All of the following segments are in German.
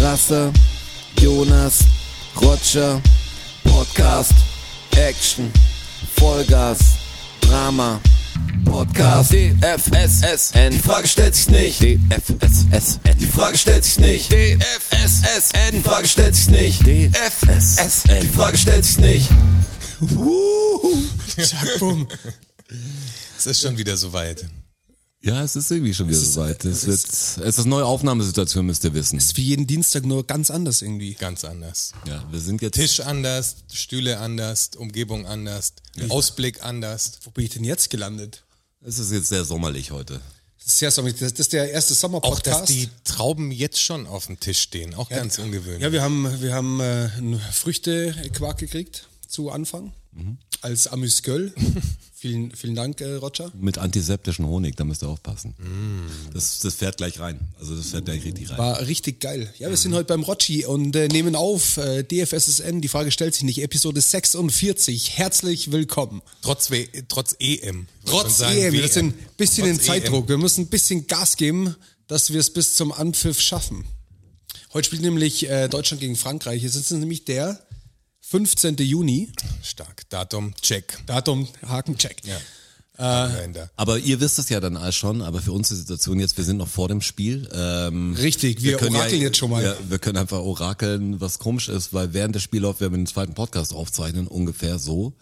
Rasse, Jonas, Roger, Podcast, Action, Vollgas, Drama, Podcast, DFSSN, die Frage stellt sich nicht, DFSSN, die Frage stellt sich nicht, DFSSN, die Frage stellt sich nicht, DFSSN, die Frage stellt sich nicht. Wuhu. Zack, bumm. Es ist schon wieder soweit. Ja, es ist irgendwie schon wieder ist- äh, soweit. es Es, wird, es ist eine neue Aufnahmesituation, müsst ihr wissen. Ist wie jeden Dienstag nur ganz anders irgendwie. Ganz anders. Ja, wir sind jetzt. Tisch anders, Stühle anders, Umgebung anders, Ausblick anders. Wo bin ich denn jetzt gelandet? Es ist jetzt sehr sommerlich heute. Das ist, ja so, das das ist der erste Auch, dass Sommerpodcast. die Trauben jetzt schon auf dem Tisch stehen. Auch ganz ungewöhnlich. ja, wir haben, wir haben äh, einen Früchtequark gekriegt zu Anfang Mhm. als Amüsgöl. vielen, vielen Dank, äh, Roger. Mit antiseptischem Honig, da müsst ihr aufpassen. Mm. Das, das fährt gleich rein. Also das fährt gleich richtig rein. War richtig geil. Mhm. Ja, wir sind heute beim Rotschi und äh, nehmen auf äh, DFSSN. Die Frage stellt sich nicht. Episode 46. Herzlich willkommen. Trotz, w trotz E EM. Ich wollte schon Trotz E sagen, EM, wir WM. sind ein bisschen Trotz E in Zeitdruck. Wir müssen ein bisschen Gas geben, dass wir es bis zum Anpfiff schaffen. Heute spielt nämlich äh, Deutschland gegen Frankreich. Es ist nämlich der 15. Juni. EM. Stark. Datum, check. Datum, Hakencheck. Ja. Kalender. Aber ihr wisst es ja dann alles schon, aber für uns die Situation jetzt, wir sind noch vor dem Spiel. Ähm, Richtig, wir orakeln jetzt schon mal. Ja, wir können einfach orakeln, was komisch ist, weil während der Spielläuft, wenn wir den zweiten Podcast aufzeichnen, ungefähr so,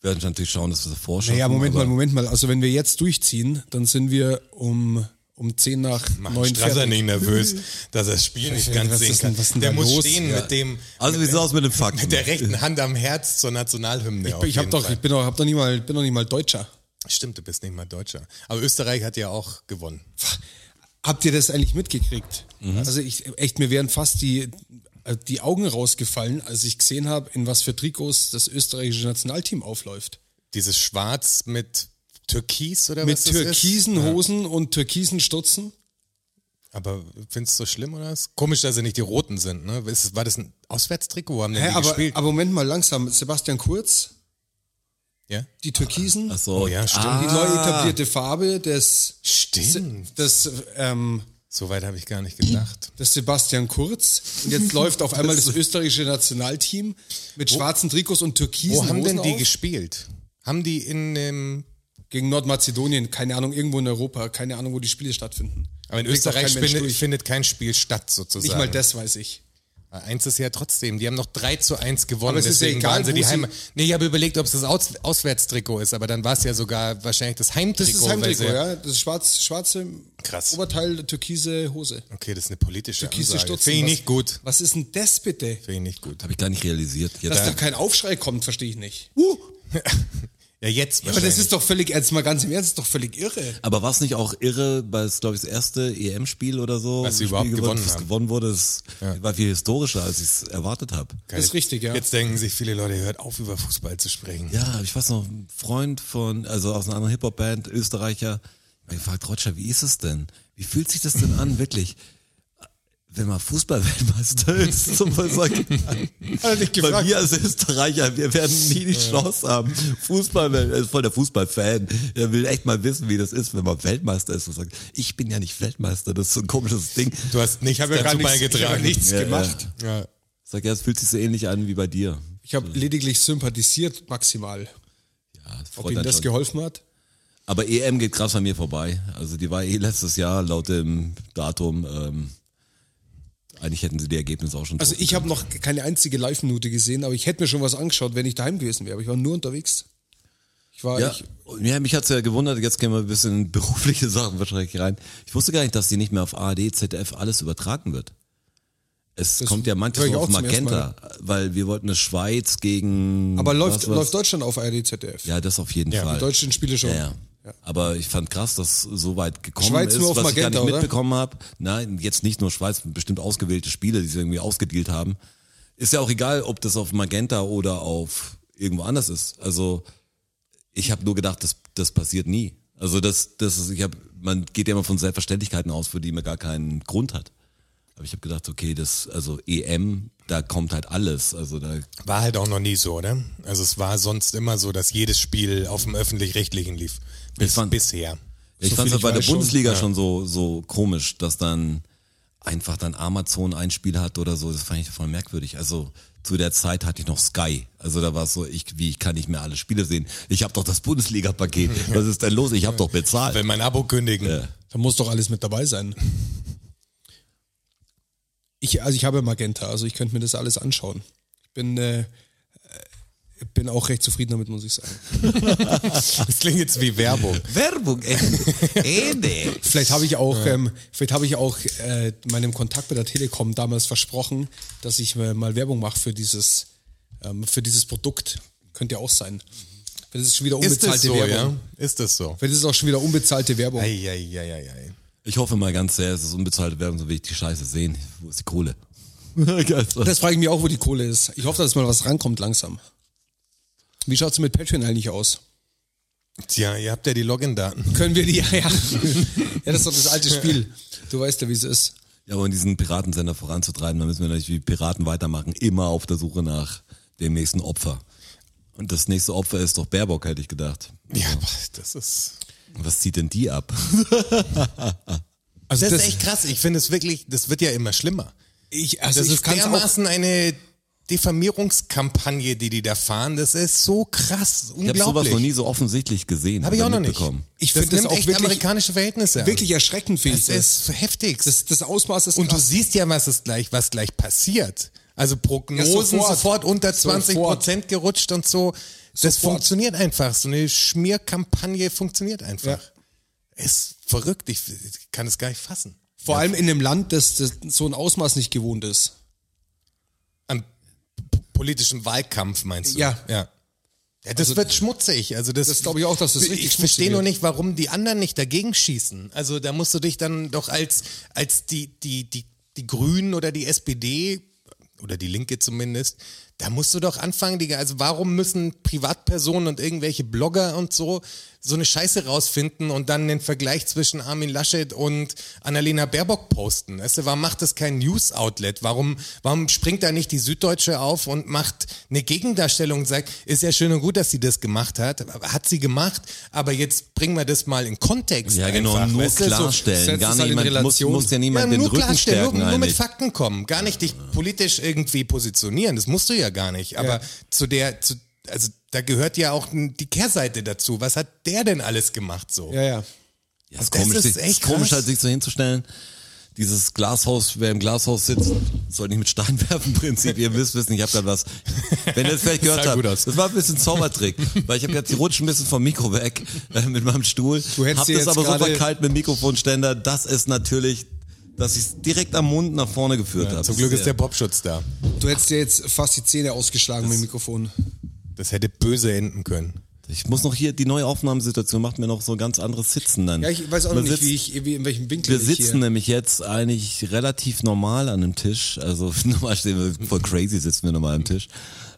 werden wir natürlich schauen, dass wir es vorschauen. Naja, Moment mal, Moment mal. Also wenn wir jetzt durchziehen, dann sind wir um, um 10 nach Mann, 9 Strasser fertig. nicht nervös, dass er das Spiel nicht ganz was sehen ist kann. denn- was ist denn der da muss los? stehen Ja. mit dem Also wie sieht's aus mit dem Fakten? mit der rechten Hand am Herz zur Nationalhymne. auf Ich, hab jeden doch, Fall. ich bin doch, hab doch nicht mal, bin doch nicht mal Deutscher. Stimmt, du bist nicht mal Deutscher. Aber Österreich hat ja auch gewonnen. Habt ihr das eigentlich mitgekriegt? Mhm. Also ich, echt, mir wären fast die, äh, die Augen rausgefallen, als ich gesehen habe, in was für Trikots das österreichische Nationalteam aufläuft. Dieses Schwarz mit Türkis oder Mit was das ist? türkisen Hosen und türkisen Stutzen. Aber findest du so schlimm oder was? Komisch, dass sie nicht die Roten sind. Ne? Ist, es- war das ein Auswärtstrikot? Wo haben denn Hä, die aber, gespielt? aber Moment mal langsam, Sebastian Kurz, ja? die türkisen, Ach so, Oh ja, stimmt. Ah, die neu etablierte Farbe des, Stimmt. des, ähm, Soweit habe ich gar nicht gedacht. des Sebastian Kurz. Und jetzt läuft auf einmal das österreichische Nationalteam mit schwarzen Trikots und türkisen Wo haben Hosen denn die auf. gespielt? Haben die in dem gegen Nordmazedonien, keine Ahnung, irgendwo in Europa, keine Ahnung, wo die Spiele stattfinden. Aber in Blickt doch Österreich kein Mensch findet, durch. findet kein Spiel statt, sozusagen. nicht mal das weiß ich. Eins ist ja trotzdem, die haben noch 3 zu 1 gewonnen, Aber es ist ja deswegen egal, waren sie wo die sie- Heim. Nee, ich habe überlegt, ob es das Aus Auswärtstrikot ist, aber dann war es ja sogar wahrscheinlich das Heimtrikot. Das ist weil Heimtrikot, sie- ja. Das ist schwarz, schwarze Krass. Oberteil, türkise Hose. Okay, das ist eine politische Türkise Ansage. Stutzen. Finde ich Was- nicht gut. Was ist denn das bitte? Finde ich nicht gut. Habe ich gar nicht realisiert. Jetzt, Dass da kein Aufschrei kommt, verstehe ich nicht. Ja, jetzt Aber Uh, wahrscheinlich. das ist doch völlig, jetzt mal ganz im Ernst, das ist doch völlig irre. Aber war es nicht auch irre, weil es, glaube ich, das erste EM-Spiel oder so, Was sie Spiel überhaupt gewonnen- gewonnen das haben. gewonnen wurde, das war viel historischer, als ich es erwartet habe. Das ist richtig, ja. Jetzt denken sich viele Leute, hört auf, über Fußball zu sprechen. Ja, ich weiß noch, ein Freund von, also aus einer anderen Hip-Hop-Band, Österreicher, hat mich gefragt, Roger, wie ist es denn? Wie fühlt sich das denn an, wirklich? Wenn man Fußballweltmeister ist, zum Beispiel sagt, Hat er dich weil gefragt? wir als Österreicher, wir werden nie die Chance haben. Fußball, er ist voll der Fußballfan. Er will echt mal wissen, wie das ist, wenn man Weltmeister ist und sagt, ich bin ja nicht Weltmeister, das ist so ein komisches Ding. Du hast nichts ja gar dazu nichts- ich habe beigetragen. nichts Ja, gemacht. Ja. Sag ja, es fühlt sich so ähnlich an wie bei dir. Ich habe lediglich sympathisiert maximal. Ja, das Ob freut ihm einen das schon. geholfen hat? Aber EM geht krass an mir vorbei. Also die war eh letztes Jahr laut dem Datum. Ähm, eigentlich hätten sie die Ergebnisse auch schon. Also drucken ich habe noch keine einzige Live-Minute gesehen, aber ich hätte mir schon was angeschaut, wenn ich daheim gewesen wäre. Aber ich war nur unterwegs. Ich war, können. ich, ja, ja, mich hat's ja gewundert. Jetzt gehen wir ein bisschen in berufliche Sachen wahrscheinlich rein. Ich wusste gar nicht, dass die nicht mehr auf ARD, ZDF alles übertragen wird. Es kommt ja manches höre ich nur auch auf zum ersten Magenta, weil wir wollten eine Schweiz gegen. Aber was, läuft, was? läuft Deutschland auf ARD, ZDF? Hm, Ja, das auf jeden Ja, Fall. Die deutschen Spiele schon. Ja, ja. Aber ich fand krass, dass so weit gekommen Schweiz ist, nur auf was ich Magenta, gar nicht oder? mitbekommen habe. Nein, jetzt nicht nur Schweiz, bestimmt ausgewählte Spiele, die sie irgendwie ausgedealt haben. Ist ja auch egal, ob das auf Magenta oder auf irgendwo anders ist. Also ich habe nur gedacht, das, das passiert nie. Also das, das ist, ich habe, man geht ja immer von Selbstverständlichkeiten aus, für die man gar keinen Grund hat. Aber ich habe gedacht, okay, das, also EM, da kommt halt alles. Also da War halt auch noch nie so, oder? Also es war sonst immer so, dass jedes Spiel auf dem öffentlich-rechtlichen lief. Bis, fand- bisher. Ich So fand's viel ja ich bei der weiß schon, Bundesliga ja. schon so, so komisch, dass dann einfach dann Amazon ein Spiel hat oder so, das fand ich voll merkwürdig. Also zu der Zeit hatte ich noch Sky. Also da war es so, ich, wie, ich kann nicht mehr alle Spiele sehen. Ich habe doch das Bundesliga-Paket. Was ist denn los? Ich habe doch bezahlt. Wenn mein Abo kündigen. Da muss doch alles mit dabei sein. Ich, also ich habe Magenta, also ich könnte mir das alles anschauen. Ich bin, äh, äh, bin auch recht zufrieden damit, muss ich sagen. Das klingt jetzt wie Werbung. Werbung, Ende. Vielleicht habe ich auch, ähm, vielleicht habe ich auch äh, meinem Kontakt bei der Telekom damals versprochen, dass ich äh, mal Werbung mache für dieses, ähm, für dieses Produkt. Könnte ja auch sein. Das ist schon wieder Ist unbezahlte das so, Werbung. ja? Ist das so? Vielleicht ist es auch schon wieder unbezahlte Werbung. Eieieiei. Ich hoffe mal ganz sehr, es ist unbezahlte Werbung, so will ich die Scheiße sehen. Wo ist die Kohle? Also, Das frage ich mich auch, wo die Kohle ist. Ich hoffe, dass mal was rankommt langsam. Wie schaut's mit Patreon eigentlich aus? Tja, ihr habt ja die Login-Daten. Können wir die? Ja, ja. ja das ist doch das alte Spiel. Du weißt ja, wie es ist. ja, aber um diesen Piratensender voranzutreiben, da müssen wir natürlich wie Piraten weitermachen, immer auf der Suche nach dem nächsten Opfer. Und das nächste Opfer ist doch Baerbock, hätte ich gedacht. Ja, aber das ist. Was zieht denn die ab? Also Das, ist echt krass. Ich finde es wirklich, das wird ja immer schlimmer. Ich, also Das ich ist kann's auch, dermaßen eine Diffamierungskampagne, die die da fahren. Das ist so krass. Ich habe sowas Unglaublich. noch nie so offensichtlich gesehen. Hab ich oder auch noch nicht. mitbekommen. Ich das finde das nimmt auch echt wirklich- amerikanische Verhältnisse an. wirklich erschreckend, finde ich Das ist heftig. Das, das Ausmaß ist Und du krass. siehst ja, was es gleich, was gleich passiert. Also Prognosen Ja, sofort. sofort. unter 20 Prozent Sofort. gerutscht und so. Das Sofort. funktioniert einfach. So eine Schmierkampagne funktioniert einfach. Ja. Ist verrückt. Ich, ich kann es gar nicht fassen. Vor allem in einem Land, das, das so ein Ausmaß nicht gewohnt ist. An p- politischem Wahlkampf meinst du? Ja. ja. Ja, das wird schmutzig. Also das, Das glaube ich auch, dass das richtig Ich schmutzig verstehe wird. nur nicht, warum die anderen nicht dagegen schießen. Also da musst du dich dann doch als, als die, die, die, die Grünen oder die SPD oder die Linke zumindest, da musst du doch anfangen, Digga. Also warum müssen Privatpersonen und irgendwelche Blogger und so so eine Scheiße rausfinden und dann den Vergleich zwischen Armin Laschet und Annalena Baerbock posten? Weißt du, warum macht das kein News-Outlet? Warum, warum springt da nicht die Süddeutsche auf und macht eine Gegendarstellung und sagt, ist ja schön und gut, dass sie das gemacht hat, hat sie gemacht, aber jetzt bringen wir das mal in Kontext. Ja, genau, einfach, nur weißt du, so- klarstellen. setzt Gar es nicht halt in jemand, muss, Relation. muss ja niemand ja, den nur Rücken klarstellen, stärken nur, nur mit eigentlich. Fakten kommen, gar nicht dich politisch irgendwie positionieren, das musst du ja gar nicht, aber zu der, zu, also da gehört ja auch n- die Kehrseite dazu, was hat der denn alles gemacht so? Ja, ja. Ja, ist Das komisch, ist sich, echt ist komisch krass. halt sich so hinzustellen. Dieses Glashaus, wer im Glashaus sitzt, soll nicht mit Stein werfen, Prinzip. Ihr wisst wissen, ich habe gerade was. Wenn ihr das vielleicht gehört sah habt, gut aus. das war ein bisschen Zaubertrick, weil ich habe jetzt die rutschen ein bisschen vom Mikro weg äh, mit meinem Stuhl. Du hättest hab dir das jetzt aber so gerade- verkeilt mit Mikrofonständer. Das ist natürlich, dass ich es direkt am Mund nach vorne geführt habe. Zum Glück ist der Popschutz da. Du hättest dir jetzt fast die Zähne ausgeschlagen mit dem Mikrofon. Das hätte böse enden können. Ich muss noch hier die neue Aufnahmesituation macht mir noch so ein ganz anderes Sitzen dann. Ja, ich weiß auch noch Man nicht, sitzt- wie ich, wie, in welchem Winkel Wir ich sitzen hier. nämlich jetzt eigentlich relativ normal an einem Tisch. Also normal stehen wir voll crazy sitzen wir normal am Tisch.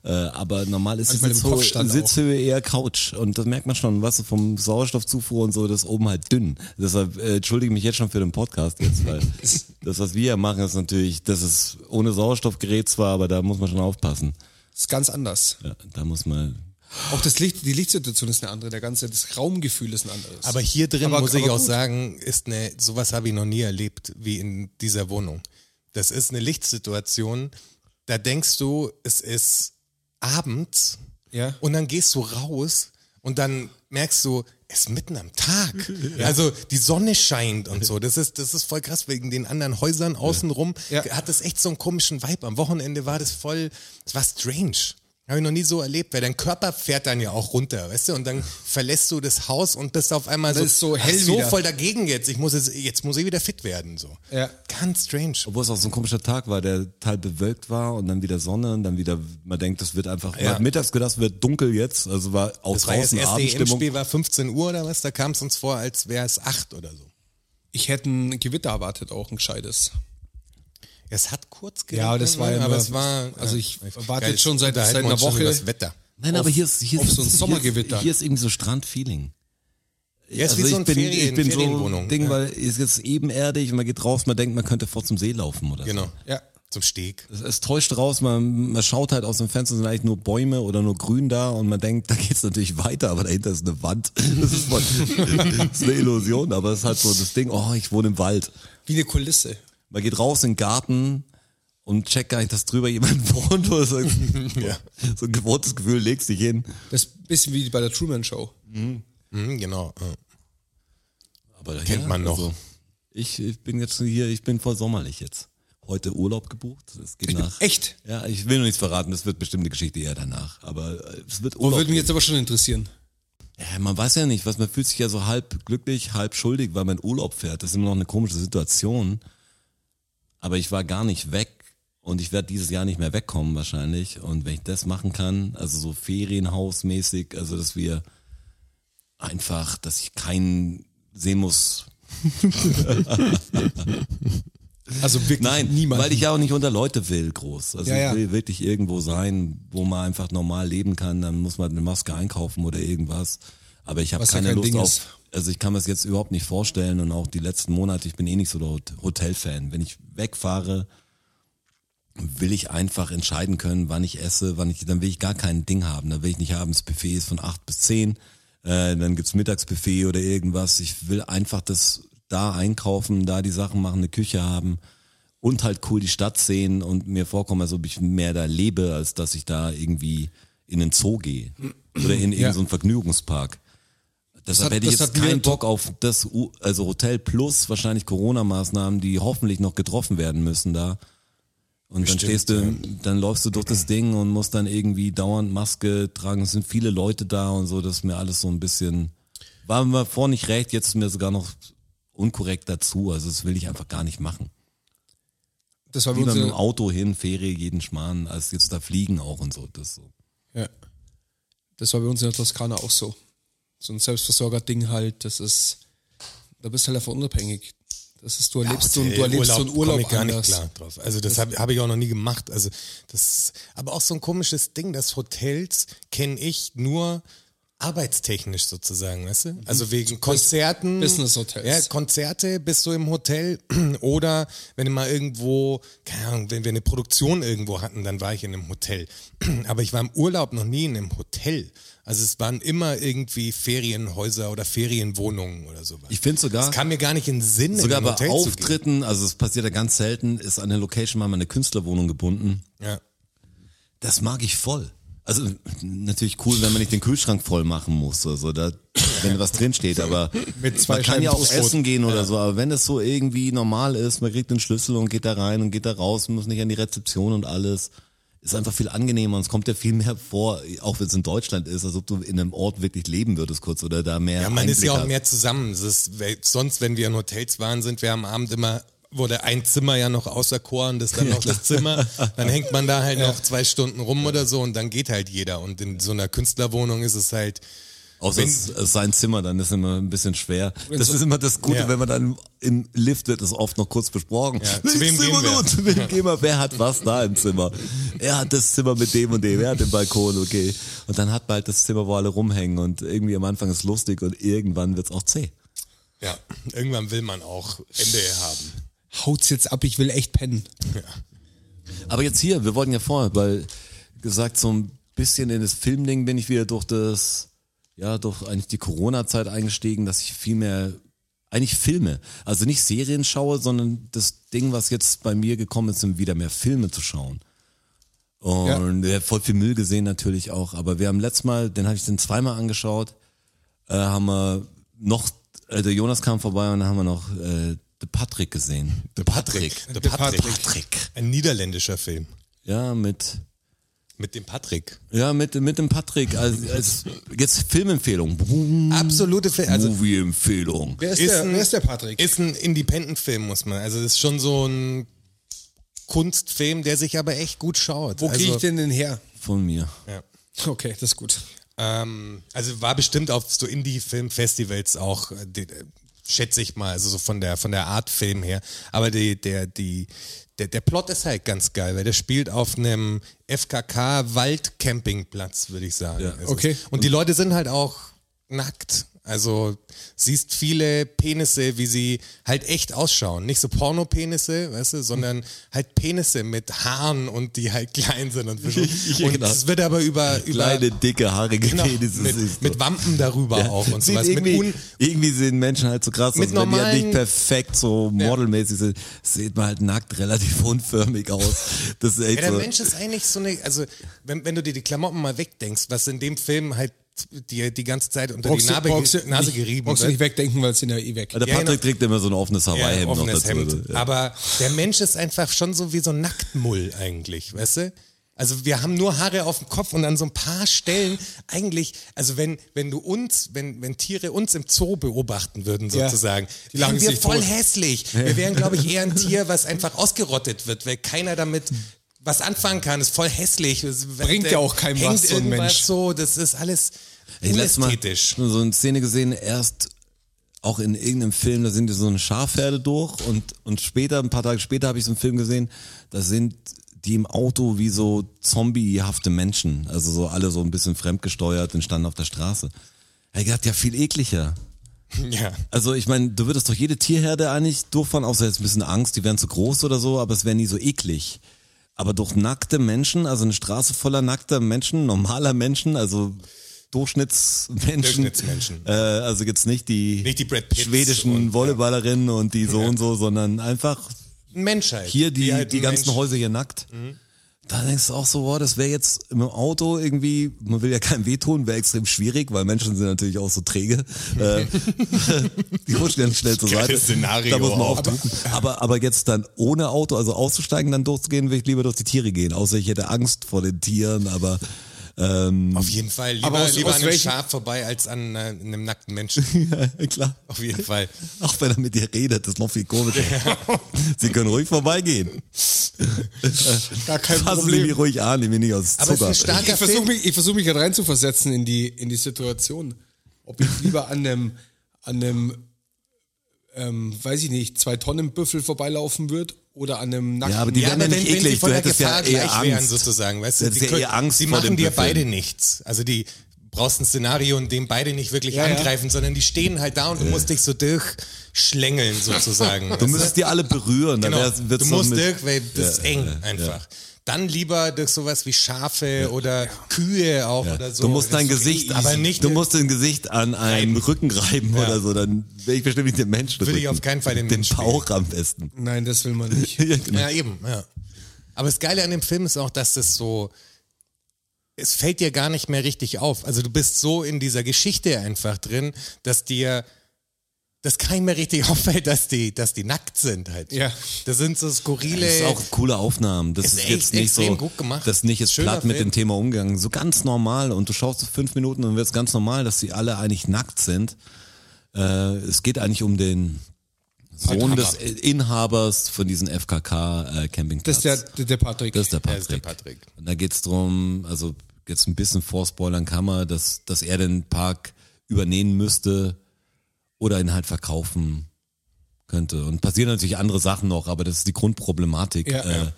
Äh, aber normal ist die Manchmal im Sitzhöhe, Kopfstand auch. Sitzhöhe eher Couch. Und das merkt man schon, was weißt du, vom Sauerstoffzufuhr und so, das ist oben halt dünn. Deshalb äh, entschuldige mich jetzt schon für den Podcast jetzt, weil das, was wir hier machen, ist natürlich, das ist ohne Sauerstoffgerät zwar, aber da muss man schon aufpassen. ist ganz anders. Ja, da muss man. Auch das Licht, die Lichtsituation ist eine andere, der ganze, das Raumgefühl ist ein anderes. Aber hier drin Aber- muss ich aber auch gut. sagen, ist eine, sowas habe ich noch nie erlebt, wie in dieser Wohnung. Das ist eine Lichtsituation, da denkst du, es ist abends Ja. und dann gehst du raus und dann merkst du, es ist mitten am Tag. Also die Sonne scheint und so. Das ist, das ist voll krass, wegen den anderen Häusern außenrum Ja. hat das echt so einen komischen Vibe. Am Wochenende war das voll, es war strange. Habe ich noch nie so erlebt, weil dein Körper fährt dann ja auch runter, weißt du? Und dann verlässt du das Haus und bist auf einmal Das so, ist so hell ach, so wieder. voll dagegen jetzt. Ich muss jetzt, jetzt muss ich wieder fit werden. So. Ja. Ganz strange. Obwohl es auch so ein komischer Tag war, der teil bewölkt war und dann wieder Sonne und dann wieder, man denkt, das wird einfach, Ja. man hat mittags gedacht, es wird dunkel jetzt, also war auch Das war ja das draußen erste Abendstimmung. EM-Spiel, war 15 Uhr oder was? Da kam es uns vor, als wäre es 8 oder so. Ich hätte ein Gewitter erwartet, auch ein gescheites. Es hat kurz geregnet, ne? Ja, das war ja aber immer- es war. also ich warte Geil, jetzt schon seit- da seit halten wir einer uns schon Woche. über Das Wetter. Nein, aber hier ist, hier auf ist so ein hier ist- Sommergewitter. Hier ist irgendwie so Strandfeeling. Also Ja, es Also ist wie so ein Ferien- Ferienwohnung, Ding, ja. weil es ist jetzt ebenerdig und man geht raus, man denkt, man könnte vor zum See laufen oder Genau. Ja. Zum Steg. so. Es, es täuscht raus, man, man schaut halt aus dem Fenster, sind eigentlich nur Bäume oder nur Grün da und man denkt, da geht's natürlich weiter, aber dahinter ist eine Wand. Das ist, voll, das ist eine Illusion, aber es ist halt so das Ding, oh, ich wohne im Wald. Wie eine Kulisse. Man geht raus in den Garten und checkt gar nicht, dass drüber jemand wohnt. Oder so, Ja. so ein gewohntes Gefühl, legst dich hin. Das ist ein bisschen wie bei der Truman Show. Mhm, genau. ja. Aber Kennt man noch. ich, ich bin jetzt hier, ich bin voll sommerlich jetzt. Heute Urlaub gebucht. Es geht nach. Echt? Ja, ich will noch nichts verraten, das wird bestimmt eine Geschichte eher danach. Aber äh, es wird Und Urlaub. würde mich jetzt aber schon interessieren. Ja, man weiß ja nicht, was man fühlt sich ja so halb glücklich, halb schuldig, weil man in Urlaub fährt. Das ist immer noch eine komische Situation. Aber ich war gar nicht weg und ich werde dieses Jahr nicht mehr wegkommen wahrscheinlich. Und wenn ich das machen kann, also so Ferienhausmäßig, also dass wir einfach, dass ich keinen sehen muss. Also wirklich Nein, niemand. weil ich ja auch nicht unter Leute will, groß. Also Ja, ja. ich will wirklich irgendwo sein, wo man einfach normal leben kann. Dann muss man eine Maske einkaufen oder irgendwas. Aber ich habe Was ja keine kein Lust Ding auf. ist. Also ich kann mir das jetzt überhaupt nicht vorstellen und auch die letzten Monate, ich bin eh nicht so der Hot- Hotelfan. Wenn ich wegfahre, will ich einfach entscheiden können, wann ich esse, wann ich, dann will ich gar kein Ding haben. Dann will ich nicht haben, das Buffet ist von acht bis zehn, äh, dann gibt's Mittagsbuffet oder irgendwas. Ich will einfach das da einkaufen, da die Sachen machen, eine Küche haben und halt cool die Stadt sehen und mir vorkommen, als ob ich mehr da lebe, als dass ich da irgendwie in den Zoo gehe oder in irgendeinen Ja. so einen Vergnügungspark. Deshalb hat- hätte ich das jetzt hat mir keinen to- Bock auf das, U- also Hotel plus wahrscheinlich Corona-Maßnahmen, die hoffentlich noch getroffen werden müssen da. Und dann stehst du, dann läufst du durch das Ding und musst dann irgendwie dauernd Maske tragen. Es sind viele Leute da und so, das ist mir alles so ein bisschen, war mir vor nicht recht, jetzt ist mir sogar noch unkorrekt dazu. Also das will ich einfach gar nicht machen. das war bei Lieber uns mit dem in, Auto hin, Ferie, jeden Schmarrn, als jetzt da fliegen auch und so. Das so. ja. Das war bei uns in der Toskana auch so. So ein Selbstversorger-Ding halt, das ist, da bist du halt einfach unabhängig. Das ist, du erlebst so, ein- du erlebst so einen Urlaub komm ich gar anders. nicht klar drauf. Also das habe hab ich auch noch nie gemacht. Also das, aber auch so ein komisches Ding, dass Hotels kenne ich nur arbeitstechnisch sozusagen, weißt du? Also wegen Konzerten. Mhm. Business-Hotels. Ja, Konzerte bist du im Hotel oder wenn du mal irgendwo, keine Ahnung, wenn wir eine Produktion irgendwo hatten, dann war ich in einem Hotel. Aber ich war im Urlaub noch nie in einem Hotel. Also es waren immer irgendwie Ferienhäuser oder Ferienwohnungen oder sowas. Ich finde sogar, Das kam mir gar nicht in den Sinn. sogar in ein bei Hotel zu gehen. Auftritten, also es passiert ja ganz selten, ist an der Location mal eine Künstlerwohnung gebunden. Ja. Das mag ich voll. Also natürlich cool, wenn man nicht den Kühlschrank voll machen muss, also da, wenn was drin steht, aber Mit zwei man kann ja Scheiben auch Toastbrot. essen gehen oder so, aber wenn das so irgendwie normal ist, man kriegt den Schlüssel und geht da rein und geht da raus, muss nicht an die Rezeption und alles, ist einfach viel angenehmer und es kommt ja viel mehr vor, auch wenn es in Deutschland ist, als ob du in einem Ort wirklich leben würdest kurz oder da mehr ja, man ist Einblick ja auch hast. mehr zusammen. Das ist, weil sonst, wenn wir in Hotels waren, sind wir am Abend immer, wurde ein Zimmer ja noch auserkoren, das ist dann noch das Zimmer. Dann hängt man da halt noch zwei Stunden rum oder so und dann geht halt jeder. Und in so einer Künstlerwohnung ist es halt, Außer es es ist sein Zimmer, dann ist immer ein bisschen schwer. Das ist immer das Gute, Ja. wenn man dann im Lift wird, das oft noch kurz besprochen. Ja, zu Welches wem Zimmer gehen wir? du? Zu wem gehen wir? Wer hat was da im Zimmer? Er hat das Zimmer mit dem und dem, er hat den Balkon, okay. Und dann hat man halt das Zimmer, wo alle rumhängen und irgendwie am Anfang ist lustig und irgendwann wird's auch zäh. ja, irgendwann will man auch Ende haben. Haut's jetzt ab, ich will echt pennen. Aber jetzt hier, wir wollten ja vorher, weil gesagt, so ein bisschen in das Filmding bin ich wieder durch das, ja, durch eigentlich die Corona-Zeit eingestiegen, dass ich viel mehr eigentlich Filme, also nicht Serien schaue, sondern das Ding, was jetzt bei mir gekommen ist, sind wieder mehr Filme zu schauen. Und wir haben voll viel Müll gesehen natürlich auch, aber wir haben letztes Mal, den habe ich dann zweimal angeschaut, äh, haben wir noch, äh, der Jonas kam vorbei und dann haben wir noch äh, The Patrick gesehen. The Patrick. Der Patrick. Patrick. Ein niederländischer Film. Ja, mit Mit dem Patrick. ja, mit, mit dem Patrick. Als, als, jetzt Filmempfehlung. Boom. Absolute Film. Also, Movie-Empfehlung. Wer ist, Ist der, ein- wer ist der Patrick? ist ein Independent-Film, muss man. Also, es ist schon so ein Kunstfilm, der sich aber echt gut schaut. Wo kriege also, ich denn den her? Von mir. Ja. Okay, das ist gut. Ähm, also war bestimmt auf so Indie-Film-Festivals auch, äh, die, äh, schätze ich mal, also so von der von der Art Film her. Aber die, der, die, der, der Plot ist halt ganz geil, weil der spielt auf einem FKK-Waldcampingplatz, würde ich sagen. Ja, Also- okay. Und die Leute sind halt auch nackt. Also siehst viele Penisse, wie sie halt echt ausschauen. Nicht so Porno-Penisse, weißt du, sondern halt Penisse mit Haaren und die halt klein sind. Und, so. ja, und genau. es wird aber über, über Kleine, dicke, haarige genau, Penisse. siehst mit, du. mit Wampen darüber auch und Sieht sowas. Mit irgendwie, un, irgendwie sehen Menschen halt so krass Mit aus. Wenn die halt normalen- nicht perfekt so modelmäßig sind, sieht man halt nackt relativ unförmig aus. Das ist echt Ja, der so. Mensch ist eigentlich so eine, also wenn, wenn du dir die Klamotten mal wegdenkst, was in dem Film halt dir die ganze Zeit unter Brauchst die du- Narbe, brauchst du Nase nicht- gerieben Brauchst du nicht wird. wegdenken, weil es sind ja eh weg. der Ja, genau. Patrick trägt immer so ein offenes Ja, ein Hawaii-Hemd noch offenes dazu. also- Hemd. also, Ja. Aber der Mensch ist einfach schon so wie so ein Nacktmull eigentlich, weißt du? Also wir haben nur Haare auf dem Kopf und an so ein paar Stellen eigentlich, also wenn, wenn du uns, wenn, wenn Tiere uns im Zoo beobachten würden Ja. sozusagen, Die lachen wären wir sich voll tot. hässlich. Wir wären, glaube ich, eher ein Tier, was einfach ausgerottet wird, weil keiner damit was anfangen kann, ist voll hässlich. Es Bringt ja auch keinem hängt was, so ein irgendwas Mensch. So, das ist alles Ey, letztes Mal unästhetisch. so eine Szene gesehen, erst auch in irgendeinem Film, da sind die so eine Schafherde durch und, und später, ein paar Tage später habe ich so einen Film gesehen, da sind die im Auto wie so zombiehafte Menschen, also so alle so ein bisschen fremdgesteuert und standen auf der Straße. Er gedacht, ja viel ekliger. Ja. Also ich meine, du würdest doch jede Tierherde eigentlich durchfahren, außer jetzt ein bisschen Angst, die wären zu groß oder so, aber es wäre nie so eklig. Aber durch nackte Menschen, also eine Straße voller nackter Menschen, normaler Menschen, also Durchschnittsmenschen. Durchschnittsmenschen. Äh, also jetzt nicht die, Nicht die Brad Pitts schwedischen und- Volleyballerinnen und die so und so, sondern einfach Menschheit. hier die, halt die ein ganzen Mensch- Mhm. Häuser hier nackt. Da denkst du auch so, boah, das wäre jetzt im Auto irgendwie, man will ja keinem wehtun, wäre extrem schwierig, weil Menschen sind natürlich auch so träge. Äh, die rutschen dann schnell zur Geiles Seite. Szenario da muss man auch. aufpassen. Aber, aber jetzt dann ohne Auto, also auszusteigen, dann durchzugehen, würde ich lieber durch die Tiere gehen. Außer ich hätte Angst vor den Tieren, aber ähm, Auf jeden Fall. Lieber, Aber aus- lieber aus an einem welchen- Schaf vorbei als an äh, einem nackten Menschen. ja, klar. Auf jeden Fall. Auch wenn er mit dir redet, das ist noch viel komischer. Sie können ruhig vorbeigehen. Gar kein Fassen Sie mich ruhig an, ich bin nicht aus Aber es ist Zucker. ein starker Ich versuche Film. mich, ich versuch mich gerade reinzuversetzen in die, in die Situation. Ob ich lieber an einem, an einem ähm, weiß ich nicht, zwei Tonnen Büffel vorbeilaufen wird oder an einem nackten Ja, aber die Ja, wären aber wenn, ja nicht wenn sie eklig. von Du der hättest ja Gefahr eher gleich wären Angst. sozusagen, weißt du, Du hättest die ja können- eher Angst sie vor machen dem dir Büffel. beide nichts. Also die brauchst ein Szenario, in dem beide nicht wirklich Ja, ja. angreifen, sondern die stehen halt da und du musst dich so durchschlängeln sozusagen. Äh. Du müsstest die alle berühren, dann genau. wär's- wird's Du so musst mit- durch, weil das ist Ja, eng ja, ja. einfach. Dann lieber durch sowas wie Schafe oder Kühe auch oder so. du musst Das dein ist okay, Gesicht, aber nicht du musst dein Gesicht an einen Rücken reiben oder so, dann wäre ich bestimmt nicht den Menschen. Würde ich rücken. auf keinen Fall den den Menschen Bauch am besten. Nein, das will man nicht. Ja, genau. Ja, eben, ja. Aber das Geile an dem Film ist auch, dass das so, es fällt dir gar nicht mehr richtig auf. Also du bist so in dieser Geschichte einfach drin, dass dir das kein mehr richtig auffällt, dass die, dass die nackt sind halt. Ja. Das sind so skurrile. Das ist auch coole Aufnahmen. Das Ist ist, echt jetzt nicht so, extrem gut gemacht. das ist nicht jetzt Schöner platt mit Film. dem Thema umgegangen. So ganz normal und du schaust so fünf Minuten und wird ganz normal, dass sie alle eigentlich nackt sind. Äh, es geht eigentlich um den Sohn Hammer. des Inhabers von diesen FKK äh, Das Campingplatz. ist der, der, der Patrick. das ist der Ja, ist der Patrick. Patrick. Und da geht's drum, also jetzt ein bisschen vorspoilern kann man, dass, dass er den Park übernehmen müsste oder ihn halt verkaufen könnte. Und passieren natürlich andere Sachen noch, aber das ist die Grundproblematik. Ja, äh, ja.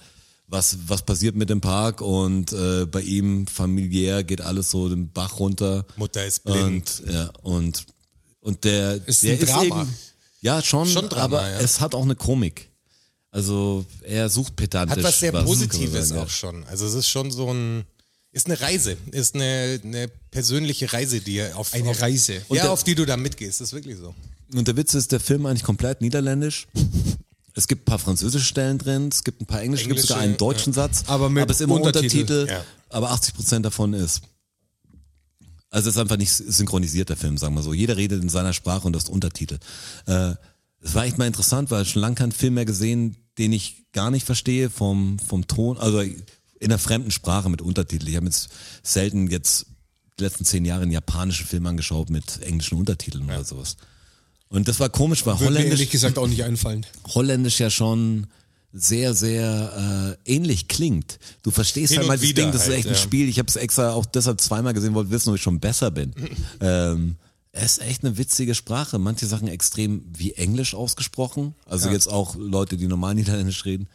Was, was passiert mit dem Park und äh, bei ihm familiär geht alles so den Bach runter. Mutter ist blind. Und, ja, und, und der Ist der ein Drama. eben- ja, schon, Schon Drama, aber ja. es hat auch eine Komik. Also er sucht pedantisch. Hat was sehr kann man Positives sagen, ja. auch schon. Also es ist schon so ein, ist eine Reise, ist eine, eine persönliche Reise, die auf, Eine auf, Reise. Ja, der- auf die du da mitgehst, das ist wirklich so. Und der Witz ist, der Film eigentlich komplett niederländisch. Es gibt ein paar französische Stellen drin, es gibt ein paar englische, es gibt sogar Englische, einen deutschen Satz. Aber mit aber es ist immer Untertitel. Untertitel, Ja. aber 80 Prozent davon ist. Also es ist einfach nicht synchronisiert, der Film, sagen wir so. Jeder redet in seiner Sprache und das Untertitel. Äh, Es war echt mal interessant, weil schon lange keinen Film mehr gesehen, den ich gar nicht verstehe vom, vom Ton, also in einer fremden Sprache mit Untertitel. Ich habe jetzt selten jetzt die letzten zehn Jahre einen japanischen Film angeschaut mit englischen Untertiteln oder sowas. Und das war komisch, weil Würde mir ehrlich Holländisch, gesagt auch nicht einfallen. Holländisch ja schon sehr, sehr äh, ähnlich klingt. Du verstehst Hin halt und mal das wieder Ding, das ist halt, echt ein ja. Spiel. Ich habe es extra auch deshalb zweimal gesehen, wollte wissen, ob ich schon besser bin. ähm, es ist echt eine witzige Sprache. Manche Sachen extrem wie Englisch ausgesprochen. Also jetzt auch Leute, die normal Niederländisch reden.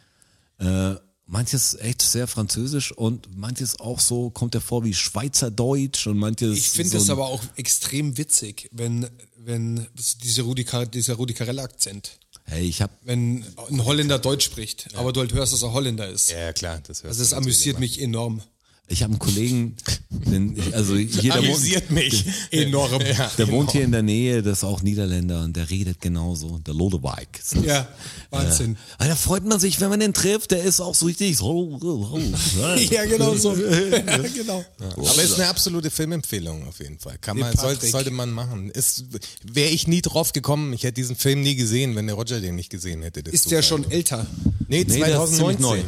Äh, manches echt sehr französisch und manches auch so, kommt er vor wie Schweizerdeutsch und manches. Ich finde so es ein- aber auch extrem witzig, wenn, wenn diese Rudi, Car- dieser Rudi Carell-Akzent, Hey, ich habe wenn ein Holländer Deutsch spricht, aber du halt hörst, dass er Holländer ist. Ja, ja, klar, das hört Also es amüsiert mich enorm. ich hab einen Kollegen, den, also hier der wohnt, Amüsiert mich. Enorm. Ja. der wohnt hier in der Nähe, das ist auch Niederländer und der redet genauso, der Lodewijk. Ja, Wahnsinn. Ah, da freut man sich, wenn man den trifft, der ist auch so richtig so. Ja, genau so. Ja, genau. Aber ist eine absolute Filmempfehlung auf jeden Fall. Kann Nee, man, sollte, Patrick. sollte man machen. Ist, wäre ich nie drauf gekommen. Ich hätte diesen Film nie gesehen, wenn der Roger den nicht gesehen hätte. Das Ist super. der schon älter? Nee, Nee, der 2019. ist ziemlich neu.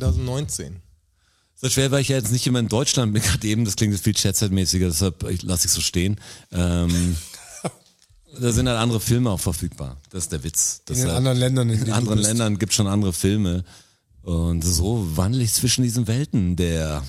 2019. So schwer, weil ich ja jetzt nicht immer in Deutschland bin, gerade eben, das klingt jetzt viel Chatset-mäßiger, deshalb lasse ich so stehen. Ähm, da sind halt andere Filme auch verfügbar. Das ist der Witz. In den Deshalb- anderen Ländern. In, in denen anderen du bist. Ländern gibt es schon andere Filme. Und so wandle ich zwischen diesen Welten der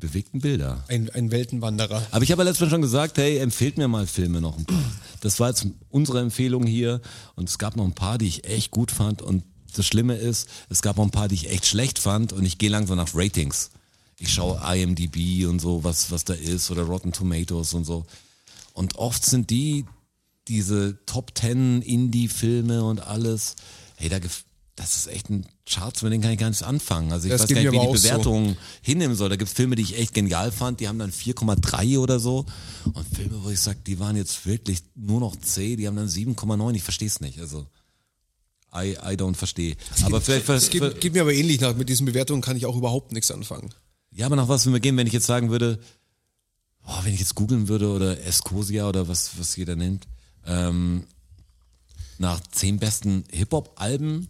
bewegten Bilder. Ein, ein Weltenwanderer. Aber ich habe ja letztes Mal schon gesagt, hey, empfehlt mir mal Filme noch ein paar. Das war jetzt unsere Empfehlung hier und es gab noch ein paar, die ich echt gut fand und das Schlimme ist, es gab auch ein paar, die ich echt schlecht fand und ich gehe langsam nach Ratings. Ich schaue IMDb und so, was, was da ist oder Rotten Tomatoes und so. Und oft sind die, diese Top Ten Indie-Filme und alles, hey, da gef- das ist echt ein Charts, mit denen kann ich gar nichts anfangen. Also ich Das weiß geht gar nicht, mir wie die aber auch so. Bewertung hinnehmen soll. Da gibt's Filme, die ich echt genial fand, die haben dann 4,3 oder so. Und Filme, wo ich sag, die waren jetzt wirklich nur noch C, die haben dann 7,9. Ich verstehe es nicht. Also I, I don't verstehe. Aber vielleicht, Es geht, geht mir aber ähnlich nach. Mit diesen Bewertungen kann ich auch überhaupt nichts anfangen. ja, aber nach was würden wir gehen, wenn ich jetzt sagen würde, oh, wenn ich jetzt googeln würde oder Escosia oder was, was jeder nennt, ähm, nach zehn besten Hip-Hop-Alben